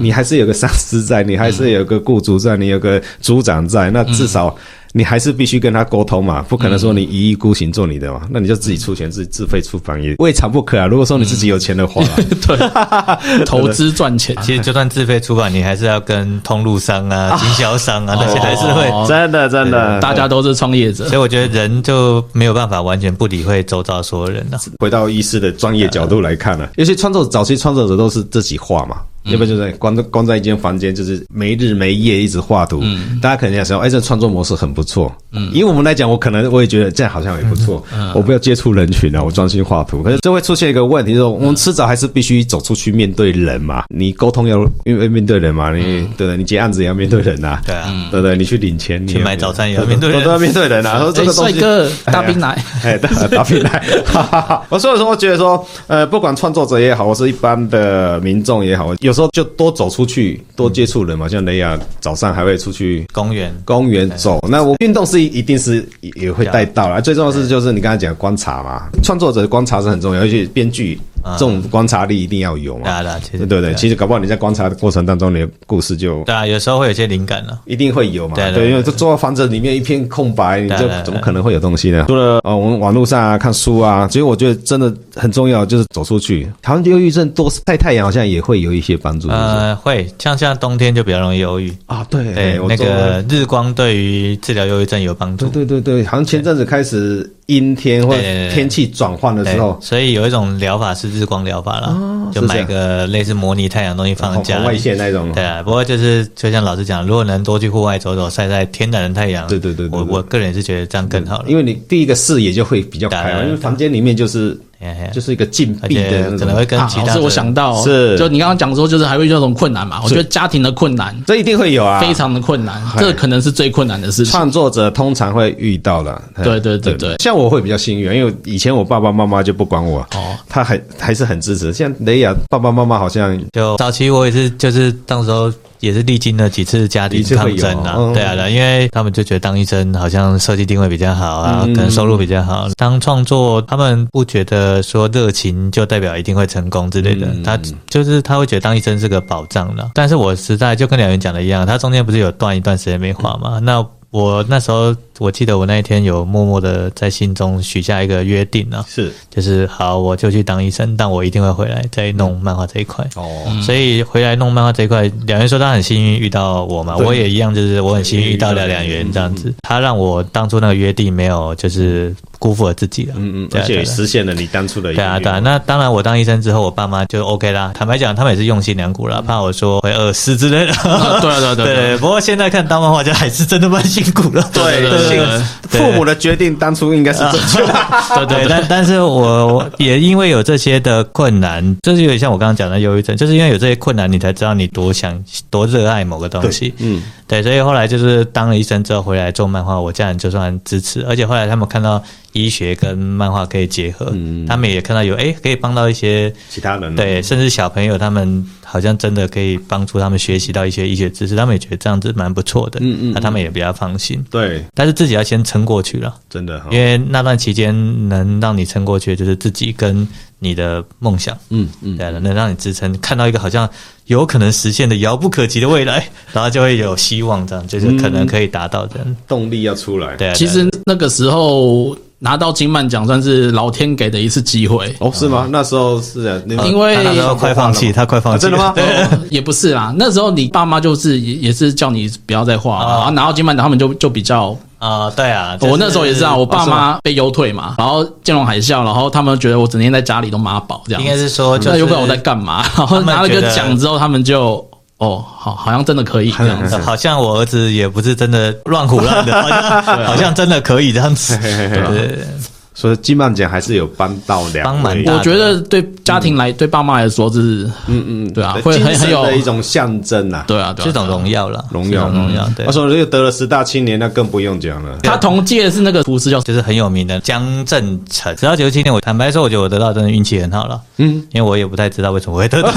S1: 你还是有个上司在， 你还是有个雇主在，你有个组长在，
S4: 嗯
S1: 那至少。你还是必须跟他沟通嘛，不可能说你一意孤行做你的嘛，那你就自己出钱自自费出版也未尝不可啊。如果说你自己有钱的话
S4: 嗯
S1: 啦，
S4: 对，投资赚钱。
S3: 其实就算自费出版，你还是要跟通路商啊、经销商啊那些还是会。
S4: 哦
S1: 真的真的，
S4: 大家都是创业者
S3: 所以，我觉得人就没有办法完全不理会周遭所有人啊了、
S1: 回到医师的专业角度来看啊呢、有些创作者早期创作者都是自己画嘛，
S3: 嗯
S1: 要不然就是关在关在一间房间，就是没日没夜一直画图。
S3: 嗯
S1: 大家可能想说，哎，这创作模式很不错。嗯，以我们来讲，我可能我也觉得这样好像也不错。
S3: 嗯
S1: 我不要接触人群啊，我专心画图。可是这会出现一个问题，就是我们迟早还是必须走出去面对人嘛。你沟通要因为面对人嘛，你、对不对？你接案子也要面对人呐、
S3: 嗯对啊，
S1: 对不对？你去领钱，你
S3: 去买早餐也要面对人
S1: 都都要面对人啊。说这
S4: 哎，
S1: 个东
S4: 帅
S1: 西
S4: 哥，
S1: 哎呀
S4: 大兵来。
S1: 哎，大大平台，哈哈哈。 我所以说，我觉得说，呃，不管创作者也好，或是一般的民众也好，有时候就多走出去，多接触人嘛。像雷亚早上还会出去
S3: 公园
S1: 公园走，那我运动是一定是也也会带到啦。最重要的是就是你刚才讲的观察嘛，创作者的观察是很重要，而且编剧这种观察力一定要有
S3: 对
S1: 嘛。
S3: 啊对啊，其
S1: 啊对
S3: 实
S1: 对对，
S3: 啊
S1: 其实搞不好你在观察的过程当中，你的故事就
S3: 对啊，有时候会有些灵感啊了、
S1: 一定会有嘛，
S3: 对对
S1: 对，
S3: 对
S1: 因为这坐到房子里面一片空白，你
S3: 对
S1: 就
S3: 对对
S1: 怎么可能会有东西呢？除了呃，我们网络上啊看书啊，所以我觉得真的很重要，就是走出去。好像忧郁症多晒太阳好像也会有一些帮助。是
S3: 呃，会像像冬天就比较容易忧郁，
S1: 不是啊，对，
S3: 对
S1: 哎，我
S3: 那
S1: 做了
S3: 个日光对于治疗忧郁症有帮助
S1: 对。对对对，好像前阵子开始阴天或者
S3: 对对对对
S1: 天气转换的时候，
S3: 所以有一种疗法是日光疗法啦，就是
S1: 哦这
S3: 买
S1: 样哦
S3: 个类似模拟太阳的东西放在
S1: 红
S3: 家
S1: 红
S3: 里。
S1: 外线那种
S3: 对，啊，不过就是就像老师讲，如果能多去户外走走，晒晒天然的太阳，
S1: 对对对对
S3: 我
S1: 对
S3: 我个人是觉得这样更好了，
S1: 因为你第一个视野就会比较开
S3: 对
S1: 嘛，
S3: 对
S1: 因为房间里面就是
S3: 嘿嘿
S1: 就是一个禁
S3: 而
S1: 闭
S3: 且
S1: 的那
S3: 可能
S1: 种。
S3: 会跟
S4: 啊，
S3: 其
S4: 老
S3: 他
S4: 师，
S3: 的
S4: 我想到哦
S1: 是
S4: 就你刚刚讲说，就是还会遇到这种困难嘛？我觉得家庭的困难
S1: 这一定会有啊！
S4: 非常的困难，这可能是最困难的事情。
S1: 创作者通常会遇到的。
S4: 对对对对
S1: 像我会比较幸运，因为以前我爸爸妈妈就不管我，
S4: 哦
S1: 他还还是很支持。像雷亚爸爸妈妈好像
S3: 就早期我也是，就是当时候也是历经了几次家庭
S1: 一次会
S3: 抗
S1: 有
S3: 争啊，
S1: 嗯
S3: 对啊，对啊，因为他们就觉得当医生好像社会定位比较好啊，
S1: 嗯
S3: 可能收入比较好。当创作，他们不觉得说热情就代表一定会成功之类的，
S1: 嗯
S3: 他就是他会觉得当医生是个保障的。但是我实在就跟两人讲的一样，他中间不是有断一段时间没画嘛，
S1: 嗯
S3: 那。我那时候，我记得我那一天有默默的在心中许下一个约定啊，
S1: 是
S3: 就是好，我就去当医生，但我一定会回来再弄漫画这一块。
S1: 哦，
S3: 所以回来弄漫画这一块，两元说他很幸运遇到我嘛，
S1: 对嗯
S3: 我也一样，就是我很幸运遇到了两元这样子，他让我当初那个约定没有就是辜负了自己了，
S1: 嗯嗯，
S3: 对
S1: 而
S3: 啊
S1: 且
S3: 对
S1: 也
S3: 啊
S1: 实现了你当初的
S3: 对啊，
S1: 愿
S3: 对啊。
S1: 望
S3: 那当然，我当医生之后，我爸妈就 OK 啦。坦白讲，他们也是用心良苦啦，怕我说会饿死之 类的。
S4: 对啊对 啊对啊
S3: 对
S4: 对啊
S3: 不过现在看当漫画家还是真的蛮辛苦的。
S1: 对
S4: 对对对
S3: 对
S1: 父母的决定当初应该是正确的。
S3: 对 对，但但是我我也因为有这些的困难，就是有点像我刚刚讲的忧郁症，就是因为有这些困难，你才知道你多想多热爱某个东西。
S1: 嗯，
S3: 对，所以后来就是当了医生之后回来做漫画，我家人就算支持，而且后来他们看到医学跟漫画可以结合，
S1: 嗯
S3: 他们也看到有哎、诶可以帮到一些
S1: 其他人呢
S3: 对，甚至小朋友他们好像真的可以帮助他们学习到一些医学知识，他们也觉得这样子蛮不错的，
S1: 嗯嗯
S3: 那他们也比较放心。
S1: 对，
S3: 但是自己要先撑过去了。
S4: 哦
S1: 真的哈
S3: 因为那段期间能让你撑过去，就是自己跟你的梦想，
S1: 嗯嗯，
S3: 对啊，能让你支撑看到一个好像有可能实现的遥不可及的未 来，然后就会有希望，这样就是可能可以达到这样。
S1: 动力要出来。
S3: 对啊，
S4: 嗯其
S3: 对啊
S4: 实那个时候拿到金曼奖算是老天给的一次机会，
S1: 哦，是吗？那时候是啊，你们
S4: 因为
S3: 他那时候快放嗯弃，他快放
S1: 啊
S3: 弃
S1: 真
S3: 了，
S1: 的吗？
S4: 哦也不是啦，那时候你爸妈就是也也是叫你不要再画嘛，
S3: 啊
S4: 然后拿到金曼奖，他们就就比较。
S3: 啊，对啊，就是
S4: 哦我那时候也是这样，我爸妈被优退嘛，然后金融海啸，然后他们觉得我整天在家里都妈宝这样
S3: 应
S4: 子，
S3: 该是说就
S4: 那
S3: 是
S4: 又不知道我在 干嘛，然后
S3: 他们
S4: 拿了
S3: 觉
S4: 个
S3: 得
S4: 奖之后，他们就哦，好，好像真的可以这样子。
S3: 好像我儿子也不是真的乱胡乱的，好 像好像真的可以这样子，
S4: 啊
S1: 嘿嘿嘿
S3: 对对对
S1: 所以金曼奖还是有帮到两位，
S3: 帮蛮大
S4: 我觉得对家庭来，对爸妈来说，就是
S1: 嗯嗯，
S4: 对啊
S1: 对
S4: 会很
S1: 精神
S4: 很有
S1: 的一种象征呐。
S4: 对啊，对
S3: 嗯
S4: 啊，
S3: 是一种荣耀了，
S1: 荣耀嗯
S3: 是一种荣耀，
S4: 嗯
S3: 对
S1: 哦他。说这个得了十大青年，那更不用讲了。
S4: 他同届是那个厨师叫
S3: 就是很有名的江正成，直到九七年，我坦白说，我觉得我得到真的运气很好了，
S1: 嗯，
S3: 因为我也不太知道为什么会得 到，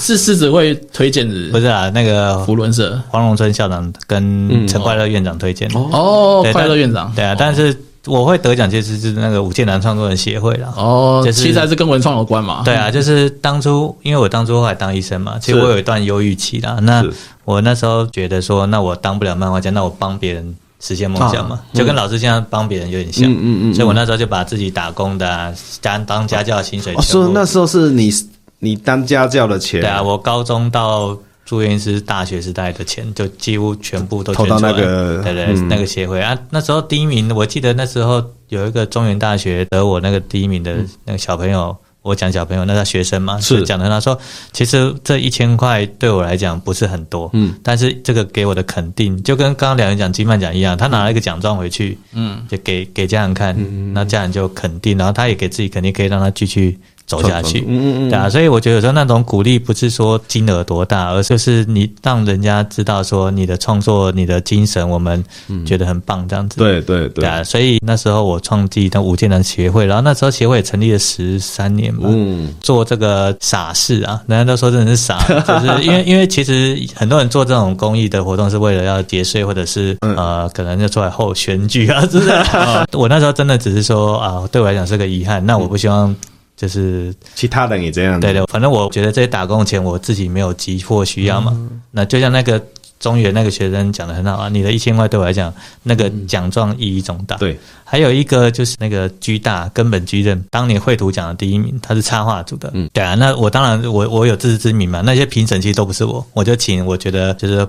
S4: 是狮子会推荐日
S3: 不，是啊，那个
S4: 福伦社
S3: 黄荣春校长跟陈快乐院长推荐的，
S4: 嗯哦
S3: 对，
S4: 快乐
S3: 但
S4: 院长哦
S3: 对啊，但是我会得奖其实是那个吴建南创作人协会啦，
S4: 哦，
S3: 就是
S4: 其实还是跟文创有关嘛。
S3: 对啊，就是当初因为我当初后来当医生嘛，其实
S1: 是
S3: 我有一段忧郁期啦。那
S1: 是
S3: 我那时候觉得说，那我当不了漫画家，那我帮别人实现梦想嘛，
S1: 啊
S3: 就跟老师现在帮别人有点
S1: 嗯
S3: 像。
S1: 嗯嗯嗯
S3: 所以我那时候就把自己打工的、啊、家当家教的薪水
S1: 哦，
S3: 全
S1: 所以
S3: 部。
S1: 那时候是你你当家教的钱，
S3: 对啊，我高中到住院医师大学时代的钱，就几乎全部都
S1: 投
S3: 捐出
S1: 到
S3: 来。
S1: 那个
S3: 对对
S1: 嗯
S3: 那个协会啊。那时候第一名，我记得那时候有一个中原大学得我那个第一名的那个小朋友。我讲小朋友，那他学生嘛，
S1: 嗯是
S3: 就讲的他说，其实这一千块对我来讲不是很多，
S1: 嗯，
S3: 但是这个给我的肯定，就跟刚刚两人讲金曼奖一样，他拿了一个奖状回去，
S4: 嗯，
S3: 就给给家人看，
S1: 嗯
S3: 那家人就肯定，然后他也给自己肯定，可以让他继续走下去，
S1: 嗯嗯嗯
S3: 对啊，所以我觉得有时候那种鼓励不是说金额多大，而就是你让人家知道说你的创作、你的精神，我们觉得很棒这样子。
S1: 对对对
S3: 对，啊，所以那时候我创立的五剑南协会，然后那时候协会也成立了十三年吧。
S1: 嗯，
S3: 做这个傻事啊，人家都说真的 是傻，就是因为因为其实很多人做这种公益的活动是为了要节税，或者是、
S1: 嗯
S3: 呃，可能就出来后选举啊之类 的。
S1: 哦
S3: 我那时候真的只是说啊，对我来讲是个遗憾，
S1: 嗯
S3: 那我不希望就是
S1: 其他人也这样，
S3: 对对，反正我觉得这些打工的钱我自己没有急迫需要嘛。
S1: 嗯
S3: 那就像那个中原那个学生讲的很好啊，你的一千块对我来讲，那个奖状意义重大。
S1: 嗯对，
S3: 还有一个就是那个居大根本居任，当年绘图奖的第一名，他是插画组的。嗯，对啊，那我当然我我有自知之明嘛，那些评审其实都不是我，我就请我觉得就是。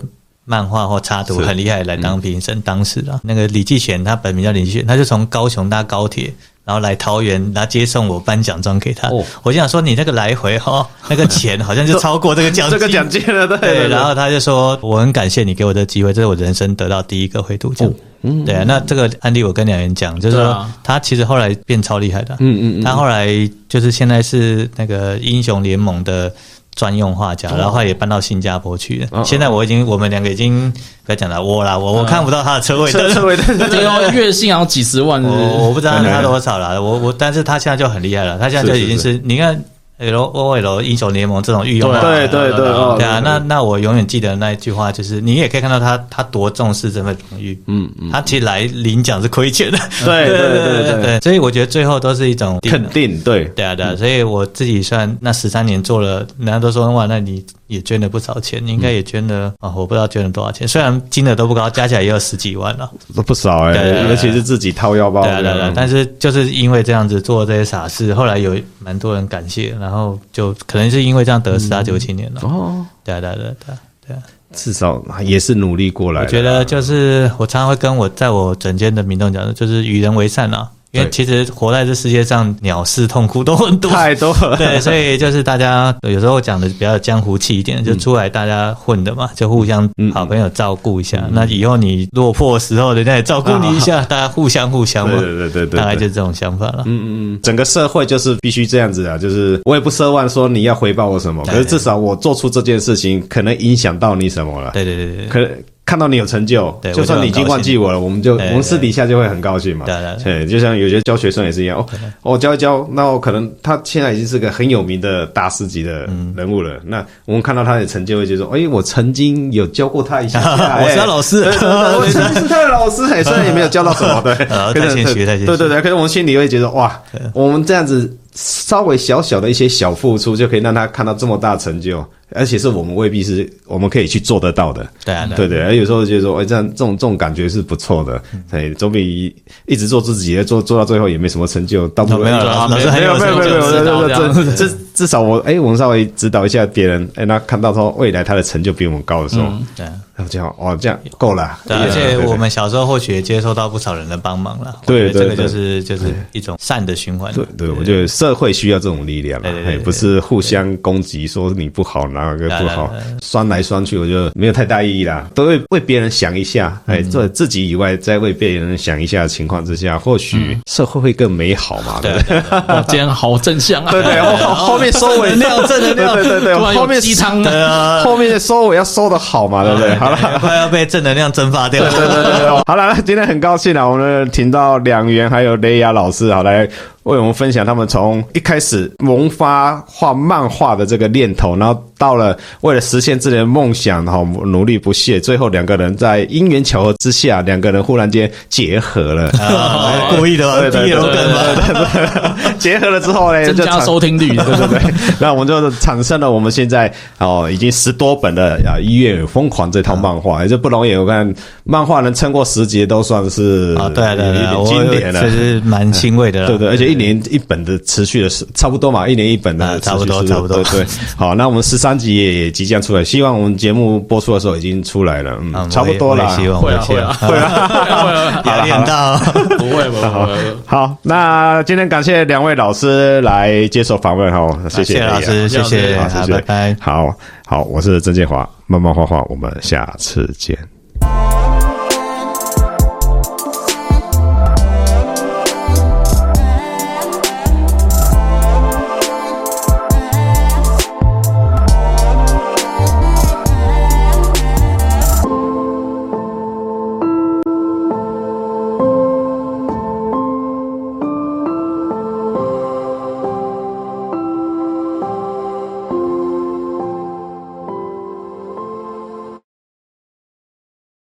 S3: 漫画或插图
S1: 是
S3: 很厉害，来当评审。当时啊，那个李继选，他本名叫李继选，他就从高雄搭高铁，然后来桃园，然后接送我颁奖状给他。
S1: 哦
S3: 我就想说，你那个来回哈、哦，那个钱好像就超过这个奖 金，
S1: 这个奖金了，对
S3: 嗯 对，然后他就说：“我很感谢你给我这个机会，这是我人生得到第一个灰度
S1: 哦
S3: 奖。
S1: 嗯
S3: 对啊，那这个案例我跟两人讲，就是
S4: 对
S3: 说
S4: 啊
S3: 他其实后来变超厉害的，啊
S1: 嗯嗯嗯
S3: 他后来就是现在是那个英雄联盟的专用画家，然后他也搬到新加坡去
S1: 哦嗯
S3: 了。现在我已经我们两个已经不要讲了，我啦，我我看不到他的车位，
S1: 车车尾灯，
S4: 这个哦月薪好像几十
S1: 嗯
S4: 万是不是
S3: 我我不知道
S1: 很
S3: 他
S1: 难
S3: 多 少了，我我，但是他现在就很厉害了，他现在就是已经
S1: 是
S3: 是你看 L O L 英雄联盟这种御用
S4: 对
S3: 啊，
S1: 对对对哦
S3: 对啊，
S1: 对
S3: 那那我永远记得那一句话，就是你也可以看到他他多重视这份荣誉，
S1: 嗯嗯，
S3: 他其实来领奖是亏钱的，
S1: 对对对对对，
S3: 所以我觉得最后都是一种
S1: 肯嗯定对，
S3: 对啊，对啊，所以我自己算那十三年做了，人家都说哇，那你也捐了不少钱，你应该
S1: 嗯
S3: 也捐了啊、我不知道捐了多少钱，虽然金额都不高，加起来也有十几万了。
S1: 都不少哎
S3: 对对对，对
S1: 尤其是自己掏腰包
S3: 对啊，对啊，对啊
S1: 的，
S3: 但是就是因为这样子做这些傻事，后来有蛮多人感谢，然后就可能是因为这样得十大九七年了。
S1: 哦，
S3: 对啊，对啊，对啊，对啊。对啊
S1: 至少也是努力过来
S3: 我
S1: 的，
S3: 觉得就是我常常会跟我在我整间的民众讲的，就是与人为善啊，因为
S1: 对
S3: 其实活在这世界上，鸟事痛苦都很 多。
S1: 太多了，
S3: 对，所以就是大家有时候讲的比较江湖气一
S1: 嗯
S3: 点，就出来大家混的嘛，就互相好朋友照顾一下。
S1: 嗯
S3: 那以后你落魄的时候，人家也照顾你一下，大家互相互相嘛。
S1: 啊对对对对对
S3: 大概就这种想法了。
S1: 嗯嗯，整个社会就是必须这样子啊，就是我也不奢望说你要回报我什么，可
S3: 对
S1: 是至少我做出这件事情，可能影响到你什么了，
S3: 对对对对。
S1: 可看到你有成就
S3: 对，
S1: 就算你已经忘记我了，我们就
S3: 对
S1: 我们私底下就会很高兴嘛。
S3: 对对
S1: 对，就像有些教学生也是一样，哦，我教一教，那我可能他现在已经是个很有名的大师级的
S3: 嗯
S1: 人物了。那我们看到他的成就，会觉得说，哎，我曾经有教过他一下下，
S3: 我是他
S1: 哎
S3: 老师
S1: 对对 对我曾经是他的老师，哎，虽然也没有教到什么，对，
S3: 呃
S1: 可是
S3: 太谦虚太谦虚
S1: 对对对，可是我们心里会觉得，哇，我们这样子稍微小小的一些小付出，就可以让他看到这么大成就，而且是我们未必是我们可以去做得到的。
S3: 对啊，
S1: 对对，而有时候就觉得说，哎、这样这种这种感觉是不错的，对，总比一直做自己，哎做做到最后也没什么成就，倒不如
S3: 没有啦老师很
S1: 没
S3: 有
S1: 有没有
S3: 成
S1: 没
S3: 就
S1: 有没
S3: 指
S1: 有
S3: 导
S1: 没
S3: 这
S1: 有，
S3: 样
S1: 这这至少我哎、我们稍微指导一下别人，哎、那看到说未来他的成就比我们高的时候，
S3: 对啊。
S1: 然后这样哦，这样够了，
S3: 对，啊
S1: 对
S3: 而且
S1: 对对
S3: 我们小时候或许也接受到不少人的帮忙了。我
S1: 对
S3: 觉得这
S1: 对
S3: 个
S1: 对
S3: 就是就是一种善的循环。
S1: 对对，我觉得社会需要这种力量啦，
S3: 对对对
S1: 哎
S3: 对
S1: 不是互相攻击，说你不好，哪个不好
S3: 对对，
S1: 酸来酸去，我觉得没有太大意义啦。都会为别人想一下，哎，做自己以外，再为别人想一下的情况之下，或许社会会更美好嘛，对不对？
S3: 对对对
S4: 哇，哦今天好正向啊！
S1: 对对，后后后面收尾
S3: 正能量正能量
S1: 对对对
S4: 突然
S1: 对，
S4: 有
S1: 后面
S4: 鸡汤
S1: 对啊后面的收尾要收的好嘛，对不对？好了。
S3: 对，快要被正能量蒸发掉
S1: 对
S3: 了。
S1: 对对，对好了，那今天很高兴啊，我们请到两元还有雷亚老师，好来为我们分享他们从一开始萌发画漫画的这个念头，然后到了为了实现自己的梦想，然后努力不懈，最后两个人在因缘巧合之下，两个人忽然间结合了。
S3: 啊故意的吧，
S1: 对对
S3: 低
S1: 对
S3: 流梗吧。
S1: 结合了之后呢，
S4: 增
S1: 就
S4: 加
S1: 产
S4: 收听率，对
S1: 对对对，那我们就产生了我们现在哦已经十多本的啊《医院疯狂》这套漫
S3: 嗯
S1: 画，也就不容易。我看漫画能撑过十集都算是
S3: 啊，对对对，
S1: 有
S3: 我
S1: 一点经典
S3: 这
S1: 了。
S3: 是蛮欣慰的啦。
S1: 对对，而且一年一本的持续的是差不多嘛，一年一本的
S3: 啊
S1: 持续
S3: 差不多
S1: 是
S3: 差不
S1: 对
S3: 多
S1: 对，好，那我们十三集也即将出来，希望我们节目播出的时候已经出来了，
S3: 嗯
S1: 嗯，差不多
S3: 我也
S1: 啦
S3: 我。也希望
S4: 会
S3: 我也
S4: 啊
S3: 希
S4: 会啊
S3: 望
S4: 会啊会啊，
S3: 压力很大哦。
S4: 不会不会不会。
S1: 好，那今天感谢两位老师来接受访问哈，谢
S3: 谢
S1: 你
S3: 老
S1: 啊
S3: 师，谢
S4: 谢谢
S3: 谢，
S1: 好，
S3: 好
S1: 谢谢，
S3: 拜拜。
S1: 好好，我是曾建华，慢慢画画，我们下次见。